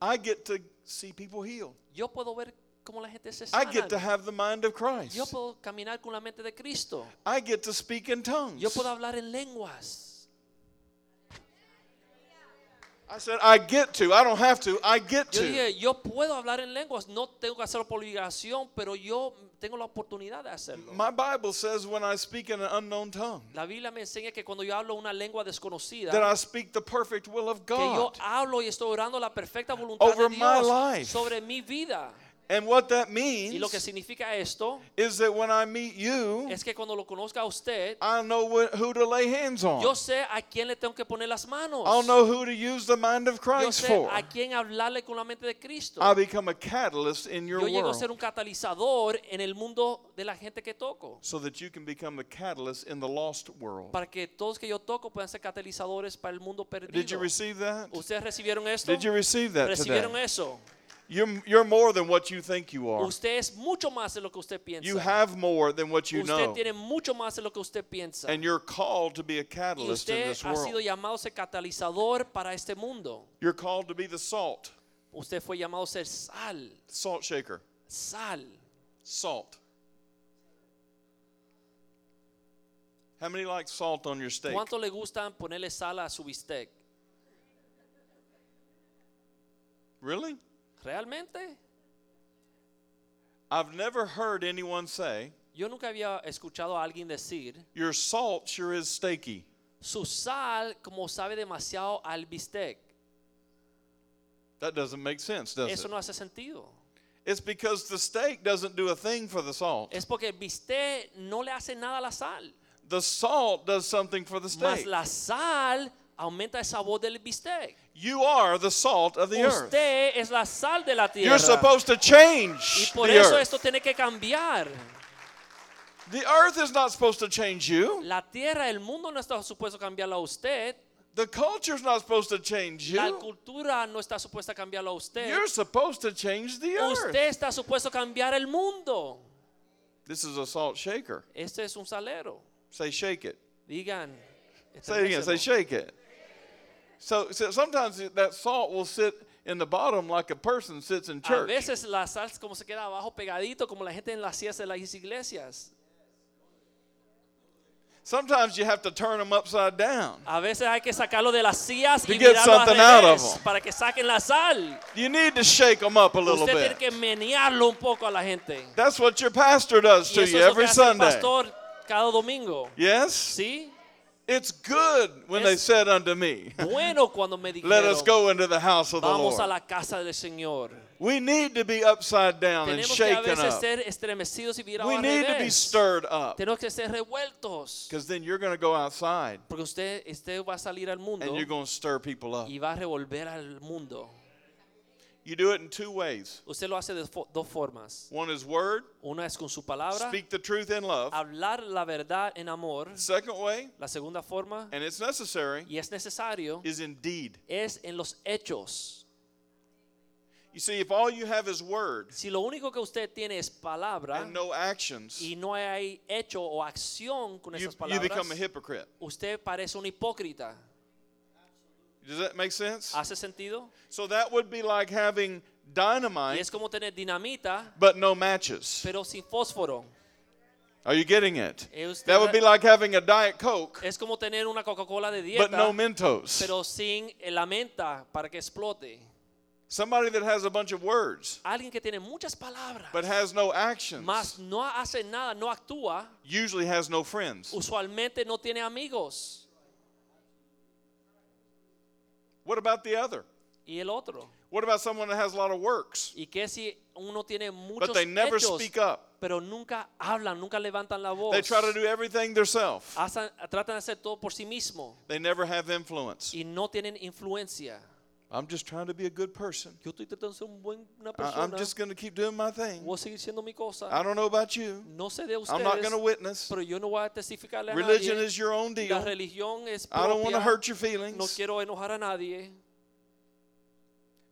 Speaker 2: I get to see people healed.
Speaker 3: Yo puedo ver cómo la gente se
Speaker 2: I
Speaker 3: sana.
Speaker 2: get to have the mind of
Speaker 3: Yo
Speaker 2: Christ.
Speaker 3: puedo caminar con la mente de Cristo.
Speaker 2: I get to speak in tongues.
Speaker 3: Yo puedo hablar en lenguas.
Speaker 2: I said, I get to. I don't have to. I get
Speaker 3: Yo
Speaker 2: to.
Speaker 3: dije, yo puedo hablar en lenguas, no tengo que hacerlo por obligación, pero yo tengo la oportunidad de hacerlo.
Speaker 2: My Bible says when I speak in an unknown tongue,
Speaker 3: La Biblia me enseña que cuando yo hablo una lengua desconocida,
Speaker 2: that I speak the perfect will of
Speaker 3: que yo
Speaker 2: God.
Speaker 3: hablo y estoy orando la perfecta voluntad
Speaker 2: Over
Speaker 3: de
Speaker 2: my
Speaker 3: Dios
Speaker 2: life.
Speaker 3: sobre mi vida.
Speaker 2: And what that
Speaker 3: Y lo que
Speaker 2: means
Speaker 3: significa esto
Speaker 2: is that when I meet you,
Speaker 3: es que cuando lo conozca a usted,
Speaker 2: I'll know wh- who to lay hands
Speaker 3: yo
Speaker 2: on.
Speaker 3: sé a quién le tengo que poner las manos.
Speaker 2: I'll know who to use the mind of
Speaker 3: yo
Speaker 2: Christ
Speaker 3: sé
Speaker 2: for.
Speaker 3: a quién hablarle con la mente de Cristo.
Speaker 2: I become a catalyst in your
Speaker 3: Yo llego a ser
Speaker 2: world
Speaker 3: un catalizador en el mundo de la gente que toco.
Speaker 2: so that you can become a catalyst in the lost world.
Speaker 3: Para que todos que yo toco puedan ser catalizadores para el mundo
Speaker 2: Did you
Speaker 3: perdido.
Speaker 2: receive that?
Speaker 3: ¿Ustedes recibieron esto?
Speaker 2: Did you receive that
Speaker 3: ¿Recibieron
Speaker 2: today?
Speaker 3: eso?
Speaker 2: You're, you're more than what you think you are.
Speaker 3: Usted es mucho más de lo que usted piensa.
Speaker 2: You have more than what you
Speaker 3: usted
Speaker 2: know.
Speaker 3: tiene mucho más de lo que usted piensa.
Speaker 2: And you're called to be a
Speaker 3: Y
Speaker 2: catalyst in
Speaker 3: usted
Speaker 2: this
Speaker 3: ha sido
Speaker 2: world.
Speaker 3: llamado a ser catalizador para este mundo.
Speaker 2: You're called to be the salt,
Speaker 3: Usted fue llamado a ser sal,
Speaker 2: salt shaker,
Speaker 3: sal.
Speaker 2: salt. How many like salt on your steak?
Speaker 3: ¿Cuánto le gustan ponerle sal a su bistec?
Speaker 2: Really?
Speaker 3: ¿Realmente?
Speaker 2: I've never heard anyone say,
Speaker 3: Yo nunca había escuchado a alguien decir,
Speaker 2: Your salt sure is steaky.
Speaker 3: su sal como sabe demasiado al bistec.
Speaker 2: That doesn't make sense, does
Speaker 3: Eso
Speaker 2: it?
Speaker 3: no hace sentido.
Speaker 2: It's because the steak doesn't do a thing for the salt.
Speaker 3: Es porque el bistec no le hace nada a la sal.
Speaker 2: The salt does something for the
Speaker 3: Más
Speaker 2: steak.
Speaker 3: la sal aumenta el sabor del bistec.
Speaker 2: You are the salt of
Speaker 3: Oh,
Speaker 2: the earth.
Speaker 3: Usted es la sal de la
Speaker 2: You're
Speaker 3: tierra.
Speaker 2: supposed to change
Speaker 3: Y por
Speaker 2: the
Speaker 3: eso
Speaker 2: earth.
Speaker 3: esto tiene que cambiar.
Speaker 2: The earth is not supposed to change you.
Speaker 3: La tierra, el mundo no está supuesto cambiarlo a usted.
Speaker 2: The culture's not supposed to change
Speaker 3: La
Speaker 2: you.
Speaker 3: cultura no está supuesta a cambiarlo a usted.
Speaker 2: You're supposed to change the earth.
Speaker 3: Usted está supuesto a cambiar el mundo.
Speaker 2: This is a salt shaker.
Speaker 3: Este es un salero.
Speaker 2: Say shake it.
Speaker 3: Digan.
Speaker 2: Say it again. Say
Speaker 3: estremecelo.
Speaker 2: shake it. So, so sometimes that salt will sit in the bottom like a person sits in
Speaker 3: A
Speaker 2: church.
Speaker 3: veces la sal como se queda abajo pegadito, como la gente en las sillas de las iglesias.
Speaker 2: Sometimes you have to turn them upside down.
Speaker 3: A veces hay que sacarlo de las sillas
Speaker 2: To
Speaker 3: y
Speaker 2: get
Speaker 3: mirarlo al
Speaker 2: something out of
Speaker 3: revés
Speaker 2: them.
Speaker 3: para que saquen la sal.
Speaker 2: You need to shake them up a little
Speaker 3: Usted tiene
Speaker 2: bit.
Speaker 3: que menearlo un poco a la gente.
Speaker 2: That's what your pastor does
Speaker 3: Y
Speaker 2: to you
Speaker 3: eso es lo que
Speaker 2: every
Speaker 3: hace el
Speaker 2: Sunday.
Speaker 3: pastor cada domingo.
Speaker 2: Yes?
Speaker 3: ¿Sí?
Speaker 2: It's good when they
Speaker 3: Es-
Speaker 2: said unto me,
Speaker 3: Bueno, cuando me
Speaker 2: Let us
Speaker 3: dijeron,
Speaker 2: go into the house of the
Speaker 3: vamos a
Speaker 2: Lord.
Speaker 3: la casa del Señor.
Speaker 2: We need to be upside down and
Speaker 3: Tenemos que a
Speaker 2: shaken
Speaker 3: veces
Speaker 2: up.
Speaker 3: ser estremecidos y virados
Speaker 2: We
Speaker 3: al
Speaker 2: need to be
Speaker 3: revés.
Speaker 2: stirred up
Speaker 3: Tenemos que ser revueltos.
Speaker 2: because then you're going to go outside
Speaker 3: Porque usted, usted va a salir al mundo
Speaker 2: and you're going to stir people up.
Speaker 3: y va a revolver al mundo.
Speaker 2: You do it in two ways
Speaker 3: Usted lo hace de fo- dos formas.
Speaker 2: one is word,
Speaker 3: Una es con su palabra,
Speaker 2: speak the truth in love.
Speaker 3: hablar la verdad en amor.
Speaker 2: Second way,
Speaker 3: La segunda forma,
Speaker 2: and it's necessary,
Speaker 3: y es necesario,
Speaker 2: is in deed.
Speaker 3: es en los hechos.
Speaker 2: You see, if all you have is word
Speaker 3: Si lo único que usted tiene es palabra
Speaker 2: and no actions,
Speaker 3: y no hay hecho o acción con
Speaker 2: you,
Speaker 3: esas
Speaker 2: you become a
Speaker 3: palabras,
Speaker 2: hypocrite.
Speaker 3: usted parece un hipócrita.
Speaker 2: Does that make sense?
Speaker 3: ¿Hace sentido?
Speaker 2: So that would be like having
Speaker 3: Y
Speaker 2: dynamite
Speaker 3: es como tener dinamita,
Speaker 2: but no matches.
Speaker 3: pero sin fósforo.
Speaker 2: Are you getting it?
Speaker 3: Eh, usted-
Speaker 2: That would be like having a Diet Coke
Speaker 3: Es como tener una Coca-Cola de
Speaker 2: but no
Speaker 3: Eh, dieta,
Speaker 2: Mentos.
Speaker 3: pero sin la menta para que explote.
Speaker 2: Somebody that has a bunch of words
Speaker 3: Alguien que tiene muchas palabras,
Speaker 2: but has no
Speaker 3: mas
Speaker 2: actions
Speaker 3: no hace nada, no actúa,
Speaker 2: usually has no friends.
Speaker 3: usualmente no tiene amigos.
Speaker 2: What about the other?
Speaker 3: y el otro.
Speaker 2: What about someone that has a lot of works?
Speaker 3: ¿Y qué si uno tiene muchos
Speaker 2: But they never
Speaker 3: hechos,
Speaker 2: speak up.
Speaker 3: pero nunca hablan, nunca levantan la voz?
Speaker 2: They try to do everything themselves.
Speaker 3: Hacen- tratan de hacer todo por sí mismo
Speaker 2: They never have influence.
Speaker 3: y no tienen influencia.
Speaker 2: I'm just trying to be a good person.
Speaker 3: Yo estoy tratando de ser un buen- una
Speaker 2: I- I'm
Speaker 3: persona,
Speaker 2: just going to keep doing my thing.
Speaker 3: voy a seguir siendo mi cosa.
Speaker 2: I don't know about you.
Speaker 3: No sé de
Speaker 2: I'm not
Speaker 3: ustedes,
Speaker 2: going to witness.
Speaker 3: pero yo no voy a testificarle a
Speaker 2: Religion
Speaker 3: nadie.
Speaker 2: is your own
Speaker 3: La
Speaker 2: deal.
Speaker 3: religión es
Speaker 2: I don't want to
Speaker 3: propia.
Speaker 2: hurt your
Speaker 3: No
Speaker 2: feelings.
Speaker 3: quiero enojar a nadie.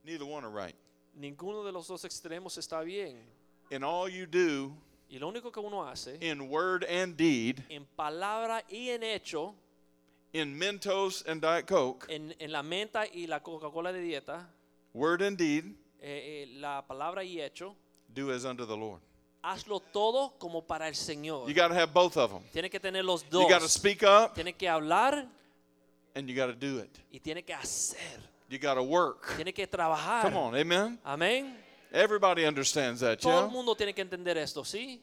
Speaker 2: Neither one are right.
Speaker 3: Ninguno de los dos extremos está bien.
Speaker 2: In all you do,
Speaker 3: Y lo único que uno hace,
Speaker 2: in word and deed,
Speaker 3: en palabra y en hecho,
Speaker 2: in Mentos and Diet Coke,
Speaker 3: en, en la menta y la Coca-Cola de dieta,
Speaker 2: word and deed,
Speaker 3: eh, eh, la palabra y hecho,
Speaker 2: do as unto the Lord.
Speaker 3: hazlo todo como para el Señor.
Speaker 2: You got to have both of them.
Speaker 3: Tiene que tener los
Speaker 2: You
Speaker 3: dos.
Speaker 2: got to speak up
Speaker 3: Tiene que hablar
Speaker 2: and you got to do it.
Speaker 3: y tiene que hacer.
Speaker 2: You got to work.
Speaker 3: Tiene que trabajar.
Speaker 2: Come on, amen.
Speaker 3: Amén.
Speaker 2: Everybody understands that,
Speaker 3: Todo el
Speaker 2: yeah?
Speaker 3: mundo tiene que entender esto, ¿sí?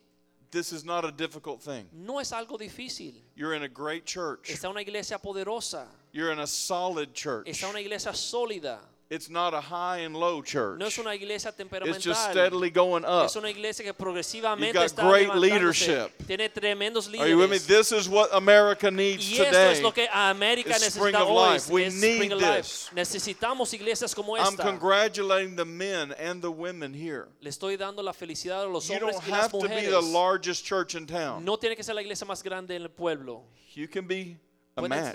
Speaker 2: This is not a difficult thing.
Speaker 3: No es algo difícil.
Speaker 2: You're in a great church.
Speaker 3: Está una iglesia poderosa.
Speaker 2: You're in a solid church.
Speaker 3: Está una iglesia sólida.
Speaker 2: It's not a high and low church.
Speaker 3: No es una iglesia
Speaker 2: It's just
Speaker 3: temperamental.
Speaker 2: steadily going up.
Speaker 3: Es una iglesia que progresivamente
Speaker 2: got
Speaker 3: está
Speaker 2: great
Speaker 3: levantándose.
Speaker 2: leadership.
Speaker 3: Tiene tremendos
Speaker 2: Are you with me?
Speaker 3: líderes.
Speaker 2: This is what America needs
Speaker 3: Y eso
Speaker 2: today.
Speaker 3: es lo que América
Speaker 2: is Spring
Speaker 3: necesita
Speaker 2: of
Speaker 3: hoy.
Speaker 2: Life. We
Speaker 3: es Spring
Speaker 2: need
Speaker 3: of Life.
Speaker 2: this.
Speaker 3: Necesitamos iglesias como
Speaker 2: I'm
Speaker 3: esta.
Speaker 2: congratulating the men and the women here.
Speaker 3: Le estoy dando la felicidad a los
Speaker 2: You
Speaker 3: hombres
Speaker 2: don't
Speaker 3: y las
Speaker 2: have to be
Speaker 3: mujeres.
Speaker 2: the largest church in town.
Speaker 3: No tiene que ser la iglesia más grande en el pueblo.
Speaker 2: You can be a
Speaker 3: Puede
Speaker 2: match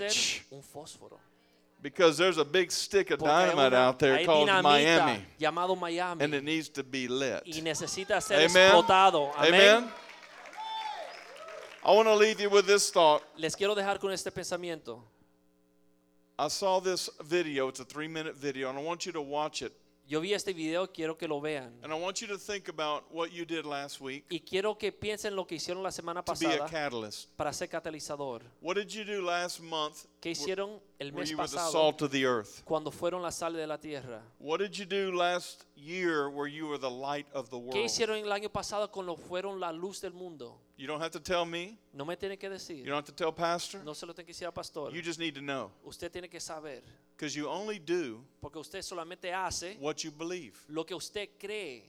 Speaker 3: ser un fósforo.
Speaker 2: because there's a big stick of
Speaker 3: Porque hay
Speaker 2: dynamite
Speaker 3: una-
Speaker 2: out there
Speaker 3: hay
Speaker 2: called
Speaker 3: dinamita
Speaker 2: Miami,
Speaker 3: llamado Miami
Speaker 2: and it needs to be lit.
Speaker 3: y necesita ser
Speaker 2: Amen.
Speaker 3: explotado. Amén.
Speaker 2: Amen. I want to leave you with this thought.
Speaker 3: Les quiero dejar con este pensamiento.
Speaker 2: I saw this video. It's a three-minute video, and I want you to watch it.
Speaker 3: Yo vi este video, quiero que lo vean.
Speaker 2: And I want you to think about what you did last week
Speaker 3: Y quiero que piensen lo que hicieron la semana
Speaker 2: to be a
Speaker 3: pasada
Speaker 2: catalyst.
Speaker 3: para ser catalizador.
Speaker 2: What did you do last month
Speaker 3: ¿Qué hicieron el
Speaker 2: where
Speaker 3: mes
Speaker 2: you were the
Speaker 3: pasado
Speaker 2: salt of the earth?
Speaker 3: cuando fueron la sal de la tierra?
Speaker 2: What did you do last year where you were the light of the
Speaker 3: ¿Qué
Speaker 2: world?
Speaker 3: hicieron el año pasado cuando fueron la luz del mundo?
Speaker 2: You don't have to tell me.
Speaker 3: No me tiene que
Speaker 2: You
Speaker 3: decir.
Speaker 2: don't have to tell pastor.
Speaker 3: No se lo tiene que decir al pastor.
Speaker 2: You just need to know
Speaker 3: Usted tiene que saber.
Speaker 2: because you only do
Speaker 3: Porque usted solamente hace
Speaker 2: what you believe.
Speaker 3: lo que usted cree.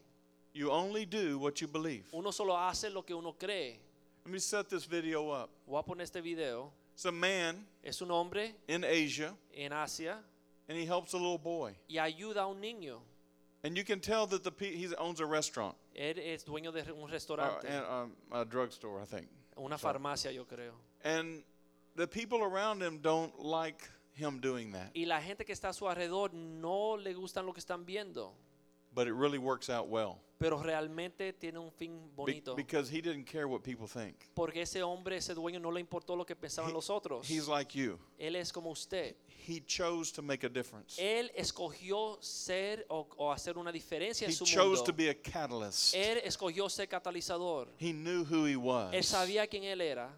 Speaker 2: You only do what you believe.
Speaker 3: Uno solo hace lo que uno cree.
Speaker 2: Let me set this video up.
Speaker 3: Voy a poner este video.
Speaker 2: It's a man
Speaker 3: Es un hombre
Speaker 2: in Asia
Speaker 3: en Asia
Speaker 2: and he helps a little boy.
Speaker 3: y ayuda a un niño.
Speaker 2: And you can tell that the pe- he owns a restaurant
Speaker 3: Él es dueño de un
Speaker 2: uh,
Speaker 3: restaurante,
Speaker 2: and um, a drugstore, I think.
Speaker 3: una farmacia, yo creo.
Speaker 2: And the people around him don't like him doing that.
Speaker 3: Y la gente que está a su alrededor no le gustan lo que están viendo,
Speaker 2: But it really works out well.
Speaker 3: pero realmente tiene un fin
Speaker 2: Be-
Speaker 3: bonito.
Speaker 2: because he didn't care what people think.
Speaker 3: Porque ese hombre, ese dueño, no le importó lo que pensaban
Speaker 2: He-
Speaker 3: los otros.
Speaker 2: He's like you.
Speaker 3: Él es como usted.
Speaker 2: He chose to make a difference.
Speaker 3: Él escogió ser o, o hacer una diferencia
Speaker 2: He
Speaker 3: en su
Speaker 2: chose to
Speaker 3: mundo.
Speaker 2: be a catalyst.
Speaker 3: Él escogió ser catalizador.
Speaker 2: He knew who he
Speaker 3: Él
Speaker 2: was.
Speaker 3: sabía quién él era.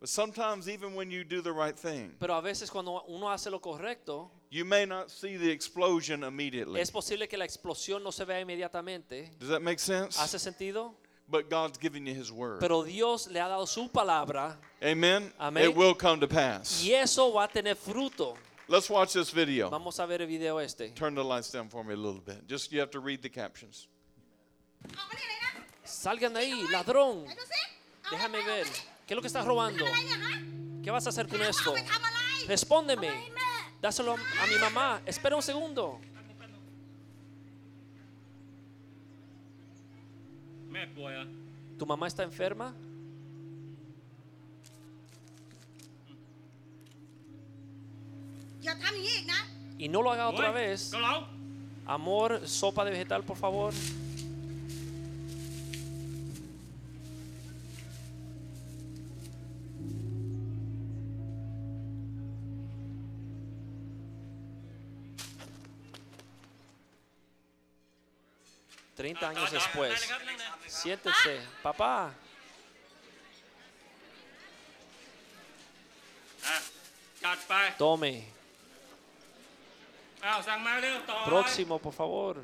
Speaker 2: But sometimes, even when you do the right thing,
Speaker 3: Pero a veces cuando uno hace lo correcto,
Speaker 2: you may not see the explosion immediately.
Speaker 3: es posible que la explosión no se vea inmediatamente.
Speaker 2: Does that make
Speaker 3: ¿Hace
Speaker 2: sense?
Speaker 3: sentido?
Speaker 2: But God's giving you his word.
Speaker 3: Pero Dios le ha dado su palabra
Speaker 2: Amen?
Speaker 3: Amén.
Speaker 2: It will come to pass.
Speaker 3: y eso va a tener fruto.
Speaker 2: Let's watch this video.
Speaker 3: Vamos a ver el video este.
Speaker 2: Turn the lights down for me a little bit. Just you have to read the captions.
Speaker 4: เอามาเนี่ยอะไรนะ
Speaker 3: Salgan de ahí, ladrón.
Speaker 4: ไหนดูสิเอาอะไร
Speaker 3: Déjame
Speaker 4: ไป
Speaker 3: ver.
Speaker 4: เอามา
Speaker 3: ¿Qué es lo que estás robando?
Speaker 4: เนี่ยอะไรเนี่ยฮะ
Speaker 3: ¿Qué vas a hacer con
Speaker 4: เอา
Speaker 3: esto?
Speaker 4: ไปทำอะไร
Speaker 3: Respóndeme.
Speaker 4: เอาไปให้แม่
Speaker 3: Dáselo a mi mamá. Espera un segundo.
Speaker 5: แม่ป่วยเหรอ่ะ
Speaker 3: ¿Tu mamá está enferma?
Speaker 4: อย่าทำอย่างนี้อีกนะ
Speaker 3: Y no lo haga otra vez.
Speaker 5: เกาเหลา
Speaker 3: Amor, sopa de vegetal, por favor. 30 años
Speaker 5: ได้เล
Speaker 3: después.
Speaker 5: ยครับนั่งเลย
Speaker 3: Siéntese, papá.
Speaker 5: อ่ะจัดไป
Speaker 3: Tome.
Speaker 5: อ้าวสั่งมาเร็วต่อ
Speaker 3: Próximo, por favor.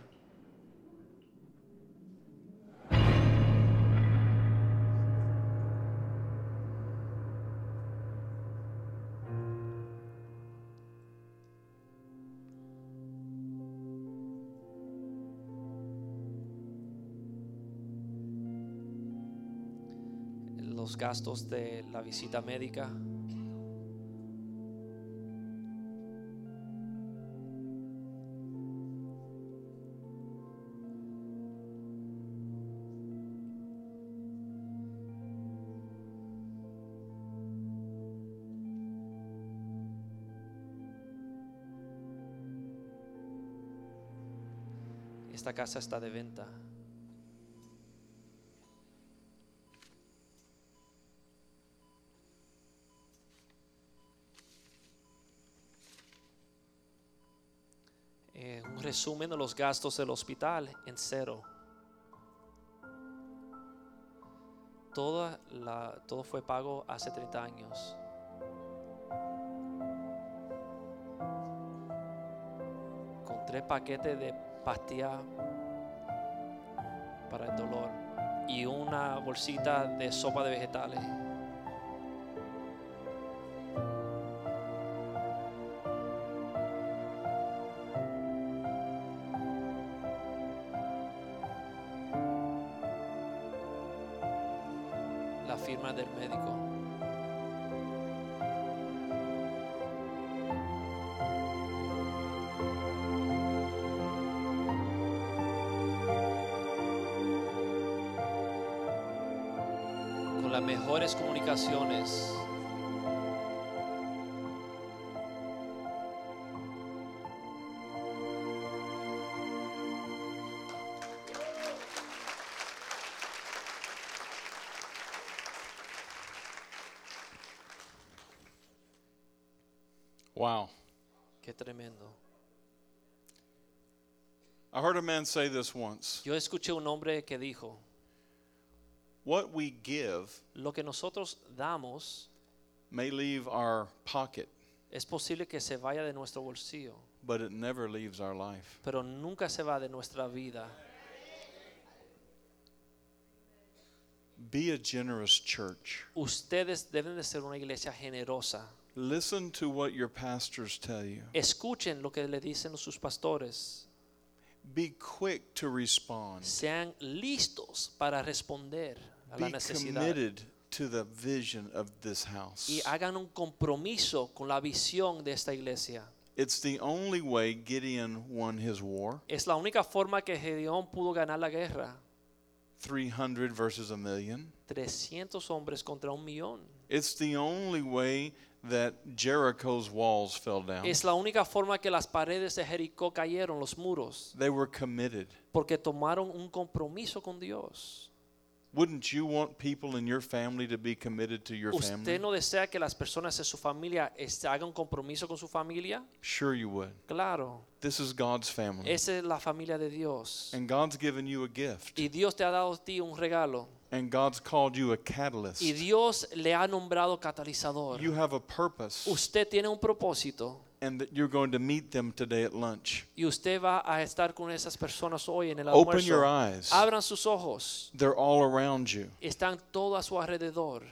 Speaker 5: เ
Speaker 3: los gastos de la visita médica. Esta casa está de venta. Eh, un resumen de los gastos del hospital en cero. Toda la, todo fue pago hace 30 años. Con tres paquetes de pastilla para el dolor y una bolsita de sopa de vegetales. La firma del médico. con las mejores comunicaciones.
Speaker 2: Wow.
Speaker 3: Qué tremendo.
Speaker 2: I heard a man say this once
Speaker 3: Yo escuché un hombre que dijo,
Speaker 2: What we give
Speaker 3: lo que nosotros damos
Speaker 2: may leave our pocket,
Speaker 3: es posible que se vaya de nuestro bolsillo,
Speaker 2: but it never leaves our life.
Speaker 3: pero nunca se va de nuestra vida.
Speaker 2: Be a generous church.
Speaker 3: Ustedes deben de ser una iglesia generosa.
Speaker 2: Listen to what your pastors tell you.
Speaker 3: Escuchen lo que le dicen sus pastores.
Speaker 2: Be quick to respond.
Speaker 3: Sean listos para responder a la
Speaker 2: Be
Speaker 3: necesidad.
Speaker 2: committed to the vision of this house.
Speaker 3: y hagan un compromiso con la visión de esta iglesia.
Speaker 2: It's the only way Gideon won his war.
Speaker 3: Es la única forma que Gedeón pudo ganar la guerra.
Speaker 2: 300 versus a million.
Speaker 3: 300 hombres contra un millón.
Speaker 2: It's the only way that Jericho's walls fell down.
Speaker 3: Es la única forma que las paredes de Jericó cayeron, los muros,
Speaker 2: They were committed.
Speaker 3: porque tomaron un compromiso con Dios.
Speaker 2: Wouldn't you want people in your family to be committed to your
Speaker 3: ¿Usted
Speaker 2: family?
Speaker 3: no desea que las personas de su familia este, hagan compromiso con su familia?
Speaker 2: Sure, you would.
Speaker 3: Claro,
Speaker 2: This is God's family.
Speaker 3: esa es la familia de Dios.
Speaker 2: And God's given you a gift.
Speaker 3: Y Dios te ha dado a ti un regalo.
Speaker 2: And God's called you a catalyst.
Speaker 3: Y Dios le ha nombrado catalizador.
Speaker 2: You have a purpose.
Speaker 3: Usted tiene un propósito.
Speaker 2: And that you're going to meet them today at lunch.
Speaker 3: Y usted va a estar con esas personas hoy en el
Speaker 2: Open
Speaker 3: almuerzo.
Speaker 2: your eyes.
Speaker 3: Abran sus ojos.
Speaker 2: They're all around you.
Speaker 3: Están todos a su alrededor.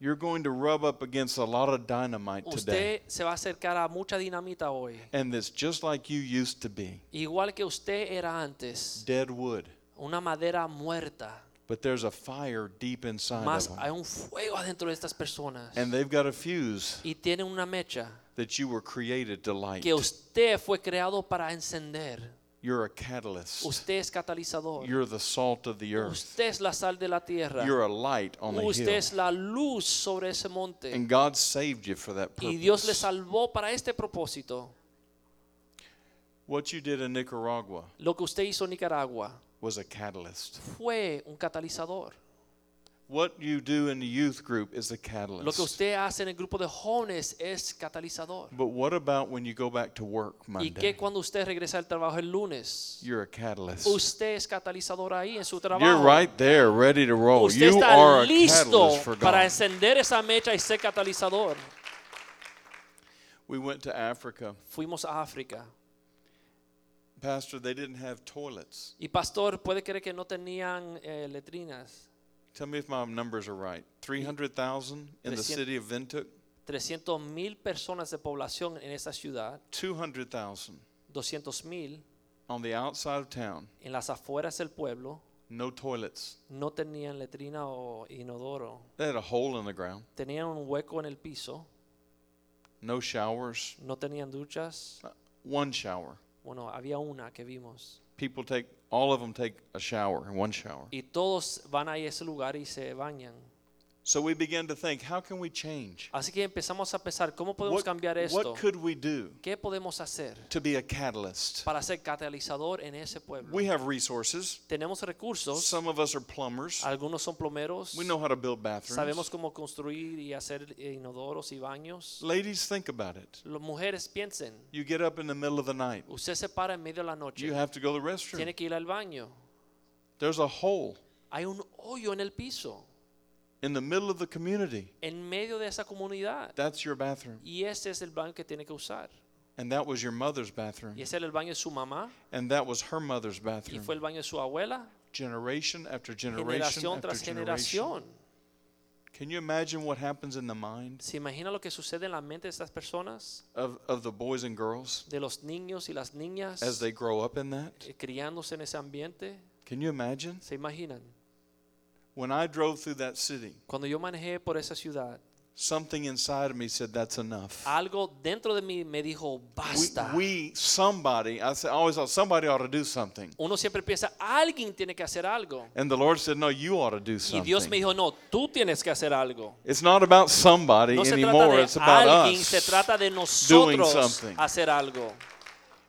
Speaker 2: You're going to rub up against a lot of dynamite today.
Speaker 3: Usted se va a acercar a mucha dinamita hoy.
Speaker 2: And that's just like you used to be
Speaker 3: Igual que usted era antes,
Speaker 2: dead wood.
Speaker 3: una madera muerta.
Speaker 2: But there's a fire deep inside
Speaker 3: Más
Speaker 2: of
Speaker 3: hay
Speaker 2: them.
Speaker 3: un fuego adentro de estas personas.
Speaker 2: And they've got a fuse
Speaker 3: Y tienen una mecha
Speaker 2: that you were created to light.
Speaker 3: que usted fue creado para encender.
Speaker 2: You're a catalyst.
Speaker 3: Usted es catalizador.
Speaker 2: You're the salt of the earth.
Speaker 3: Usted es la sal de la tierra.
Speaker 2: You're a light on the
Speaker 3: Usted
Speaker 2: hill.
Speaker 3: es la luz sobre ese monte.
Speaker 2: And God saved you for that
Speaker 3: Y Dios le
Speaker 2: purpose.
Speaker 3: salvó para este propósito.
Speaker 2: What you did in Nicaragua
Speaker 3: Lo que usted hizo en Nicaragua
Speaker 2: was a catalyst.
Speaker 3: fue un catalizador.
Speaker 2: What you do in the youth group is a
Speaker 3: Lo que
Speaker 2: catalyst.
Speaker 3: usted hace en el grupo de jóvenes es catalizador.
Speaker 2: But what about when you go back to work
Speaker 3: Y que
Speaker 2: Monday?
Speaker 3: cuando usted regresa al trabajo el lunes,
Speaker 2: You're a catalyst.
Speaker 3: usted es catalizador ahí en su
Speaker 2: You're
Speaker 3: trabajo.
Speaker 2: right there, ready to roll.
Speaker 3: Usted
Speaker 2: You
Speaker 3: está
Speaker 2: are a
Speaker 3: listo
Speaker 2: catalyst for
Speaker 3: para
Speaker 2: God.
Speaker 3: encender esa mecha y ser catalizador.
Speaker 2: We went to Africa.
Speaker 3: Fuimos a África.
Speaker 2: Pastor, they didn't have toilets.
Speaker 3: Y pastor, puede creer que no tenían eh, letrinas.
Speaker 2: Tell me if my numbers are right. 300,000 in the
Speaker 3: 300.
Speaker 2: city of Ventuk,
Speaker 3: 300 mil personas de población en esa ciudad,
Speaker 2: 200,000
Speaker 3: 200 mil
Speaker 2: on the outside of town,
Speaker 3: en las afueras del pueblo,
Speaker 2: no toilets.
Speaker 3: no tenían letrina o inodoro,
Speaker 2: They had a hole in the ground,
Speaker 3: tenían un hueco en el piso,
Speaker 2: no showers,
Speaker 3: no tenían duchas.
Speaker 2: Uh, one shower.
Speaker 3: Bueno, había una que vimos.
Speaker 2: People take, all of them take a shower, one shower.
Speaker 3: Y todos van ahí a ese lugar y se bañan.
Speaker 2: So we began to think, how can we change?
Speaker 3: Así que empezamos a pensar, ¿cómo podemos
Speaker 2: What,
Speaker 3: cambiar esto?
Speaker 2: what could we do
Speaker 3: ¿Qué podemos hacer
Speaker 2: to be a catalyst?
Speaker 3: para ser catalizador en ese pueblo?
Speaker 2: We have resources.
Speaker 3: Tenemos recursos,
Speaker 2: Some of us are plumbers.
Speaker 3: algunos son plomeros,
Speaker 2: We know how to build bathrooms.
Speaker 3: sabemos cómo construir y hacer eh, inodoros y baños.
Speaker 2: Ladies, think about it.
Speaker 3: Las mujeres piensen,
Speaker 2: You get up in the middle of the night.
Speaker 3: usted se para en medio de la noche,
Speaker 2: You have to go to the restroom.
Speaker 3: tiene que ir al baño,
Speaker 2: There's a hole
Speaker 3: hay un hoyo en el piso,
Speaker 2: in the middle of the community.
Speaker 3: en medio de esa comunidad,
Speaker 2: That's your bathroom.
Speaker 3: y ese es el baño que tiene que usar.
Speaker 2: And that was your mother's bathroom.
Speaker 3: Y ese era el baño de su mamá,
Speaker 2: And that was her mother's
Speaker 3: y
Speaker 2: bathroom.
Speaker 3: fue el baño de su abuela,
Speaker 2: Generation after generation
Speaker 3: generación
Speaker 2: after
Speaker 3: tras
Speaker 2: generation.
Speaker 3: generación.
Speaker 2: Can you imagine what happens in the mind
Speaker 3: ¿Se imagina lo que sucede en la mente de estas personas,
Speaker 2: of, of the boys and girls
Speaker 3: de los niños y las niñas,
Speaker 2: as they grow up in that?
Speaker 3: eh, criándose en ese ambiente?
Speaker 2: Can you imagine?
Speaker 3: ¿Se imaginan?
Speaker 2: When I drove through that city,
Speaker 3: Cuando yo manejé por esa ciudad,
Speaker 2: something inside of me said, That's enough.
Speaker 3: algo dentro de mí me dijo,
Speaker 2: We,
Speaker 3: basta.
Speaker 2: we somebody, I said, I always thought somebody ought to do something.
Speaker 3: Uno siempre piensa, alguien tiene que hacer algo.
Speaker 2: And the Lord said, No, you ought to do
Speaker 3: Y Dios me
Speaker 2: something.
Speaker 3: dijo, no, tú tienes que hacer algo.
Speaker 2: It's not about somebody
Speaker 3: No se
Speaker 2: anymore, it's
Speaker 3: trata
Speaker 2: about
Speaker 3: de alguien, se
Speaker 2: us.
Speaker 3: trata de nosotros
Speaker 2: something.
Speaker 3: hacer algo.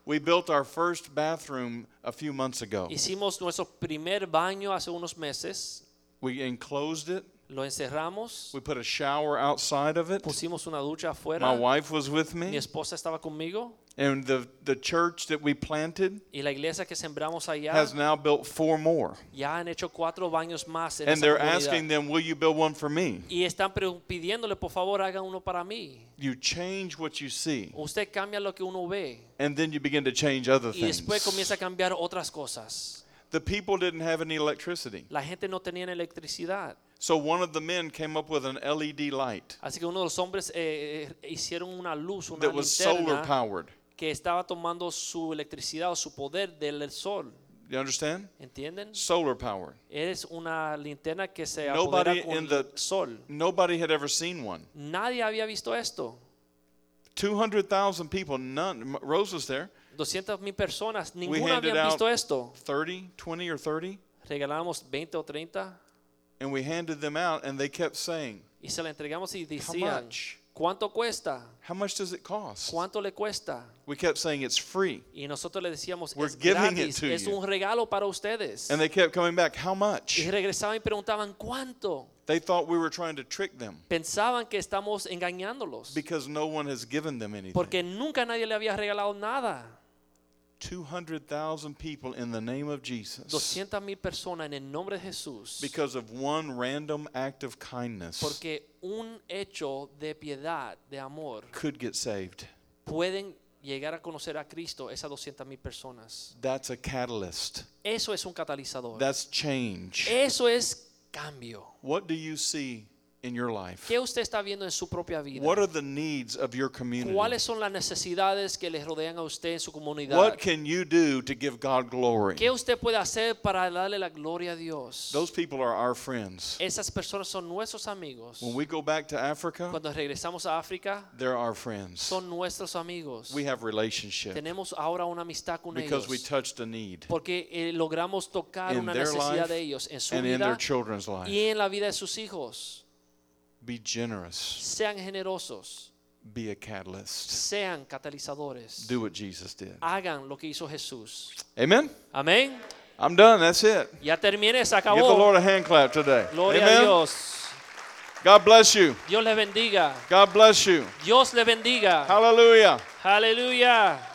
Speaker 2: We built our first bathroom a few months ago.
Speaker 3: Hicimos nuestro primer baño hace unos meses,
Speaker 2: We enclosed it,
Speaker 3: lo encerramos,
Speaker 2: we put a shower outside of it.
Speaker 3: pusimos una ducha
Speaker 2: My
Speaker 3: afuera,
Speaker 2: wife was with
Speaker 3: mi
Speaker 2: me,
Speaker 3: esposa estaba conmigo
Speaker 2: and the, the church that we planted
Speaker 3: y la iglesia que sembramos allá
Speaker 2: has now built four more.
Speaker 3: ya han hecho cuatro baños más en
Speaker 2: And
Speaker 3: esa
Speaker 2: they're
Speaker 3: comunidad.
Speaker 2: asking them, Will you build one for me?
Speaker 3: y están pre- pidiéndole por favor hagan uno para mí.
Speaker 2: You change what you see,
Speaker 3: Usted cambia lo que uno ve
Speaker 2: and then you begin to change other
Speaker 3: y después comienza
Speaker 2: things.
Speaker 3: a cambiar otras cosas.
Speaker 2: The people didn't have any electricity.
Speaker 3: La gente no tenía electricidad,
Speaker 2: So one of the men came up with an LED light
Speaker 3: así que uno de los hombres eh, eh, hicieron una luz, una
Speaker 2: that was solar
Speaker 3: linterna
Speaker 2: powered.
Speaker 3: que estaba tomando su electricidad o su poder del sol,
Speaker 2: You understand?
Speaker 3: ¿entienden?
Speaker 2: Solar powered.
Speaker 3: Es una linterna que se apodera
Speaker 2: Nobody
Speaker 3: con
Speaker 2: in the-
Speaker 3: el sol.
Speaker 2: Nobody had ever seen one.
Speaker 3: Nadie había visto esto.
Speaker 2: 200,000 people, none. M- Rose was there.
Speaker 3: 200 mil personas,
Speaker 2: handed
Speaker 3: ninguna había visto
Speaker 2: out-
Speaker 3: esto.
Speaker 2: 30, 20 or 30.
Speaker 3: Regalamos 20 o 30
Speaker 2: And we handed them out, and they kept saying,
Speaker 3: y se la entregamos y decían,
Speaker 2: much?
Speaker 3: ¿cuánto cuesta?
Speaker 2: How much does it cost?
Speaker 3: ¿Cuánto le cuesta?
Speaker 2: We kept saying, It's free.
Speaker 3: Y nosotros le decíamos,
Speaker 2: We're
Speaker 3: es
Speaker 2: giving it
Speaker 3: gratis,
Speaker 2: to
Speaker 3: es
Speaker 2: you."
Speaker 3: un regalo para ustedes.
Speaker 2: And they kept coming back, How much?
Speaker 3: Y regresaban y preguntaban, ¿cuánto?
Speaker 2: They thought we were trying to trick them
Speaker 3: Pensaban que estamos engañándolos
Speaker 2: because no one has given them anything.
Speaker 3: porque nunca nadie le había regalado nada.
Speaker 2: 200,000 people in the name of Jesus
Speaker 3: 200 mil personas en el nombre de Jesús
Speaker 2: because of one random act of kindness
Speaker 3: porque un hecho de piedad, de amor,
Speaker 2: could get saved.
Speaker 3: pueden llegar a conocer a Cristo esas 200 mil personas.
Speaker 2: That's a catalyst.
Speaker 3: Eso es un catalizador.
Speaker 2: That's change.
Speaker 3: Eso es cambio.
Speaker 2: What do you see in your life?
Speaker 3: ¿Qué usted está viendo en su propia vida?
Speaker 2: What are the needs of your community?
Speaker 3: ¿Cuáles son las necesidades que les rodean a usted en su comunidad?
Speaker 2: What can you do to give God glory?
Speaker 3: ¿Qué usted puede hacer para darle la gloria a Dios?
Speaker 2: Those people are our friends.
Speaker 3: Esas personas son nuestros amigos.
Speaker 2: When we go back to Africa,
Speaker 3: Cuando regresamos a África,
Speaker 2: they're our friends.
Speaker 3: son nuestros amigos.
Speaker 2: We have relationship
Speaker 3: Tenemos ahora una amistad con
Speaker 2: because we
Speaker 3: ellos.
Speaker 2: touched a need
Speaker 3: Porque eh, logramos tocar
Speaker 2: in
Speaker 3: una
Speaker 2: their life
Speaker 3: necesidad de ellos en su
Speaker 2: and in their
Speaker 3: vida
Speaker 2: children's
Speaker 3: y
Speaker 2: life.
Speaker 3: en la vida de sus hijos.
Speaker 2: Be generous.
Speaker 3: Sean generosos,
Speaker 2: Be a catalyst.
Speaker 3: sean catalizadores.
Speaker 2: Do what Jesus did.
Speaker 3: Hagan lo que hizo Jesús.
Speaker 2: Amen.
Speaker 3: Amén.
Speaker 2: I'm done. That's it.
Speaker 3: Ya terminé, se
Speaker 2: Give the Lord
Speaker 3: acabó.
Speaker 2: a hand clap today.
Speaker 3: Gloria a
Speaker 2: Amen.
Speaker 3: Dios.
Speaker 2: God bless you.
Speaker 3: Dios les bendiga.
Speaker 2: God bless you.
Speaker 3: Dios les bendiga.
Speaker 2: Hallelujah.
Speaker 3: Aleluya.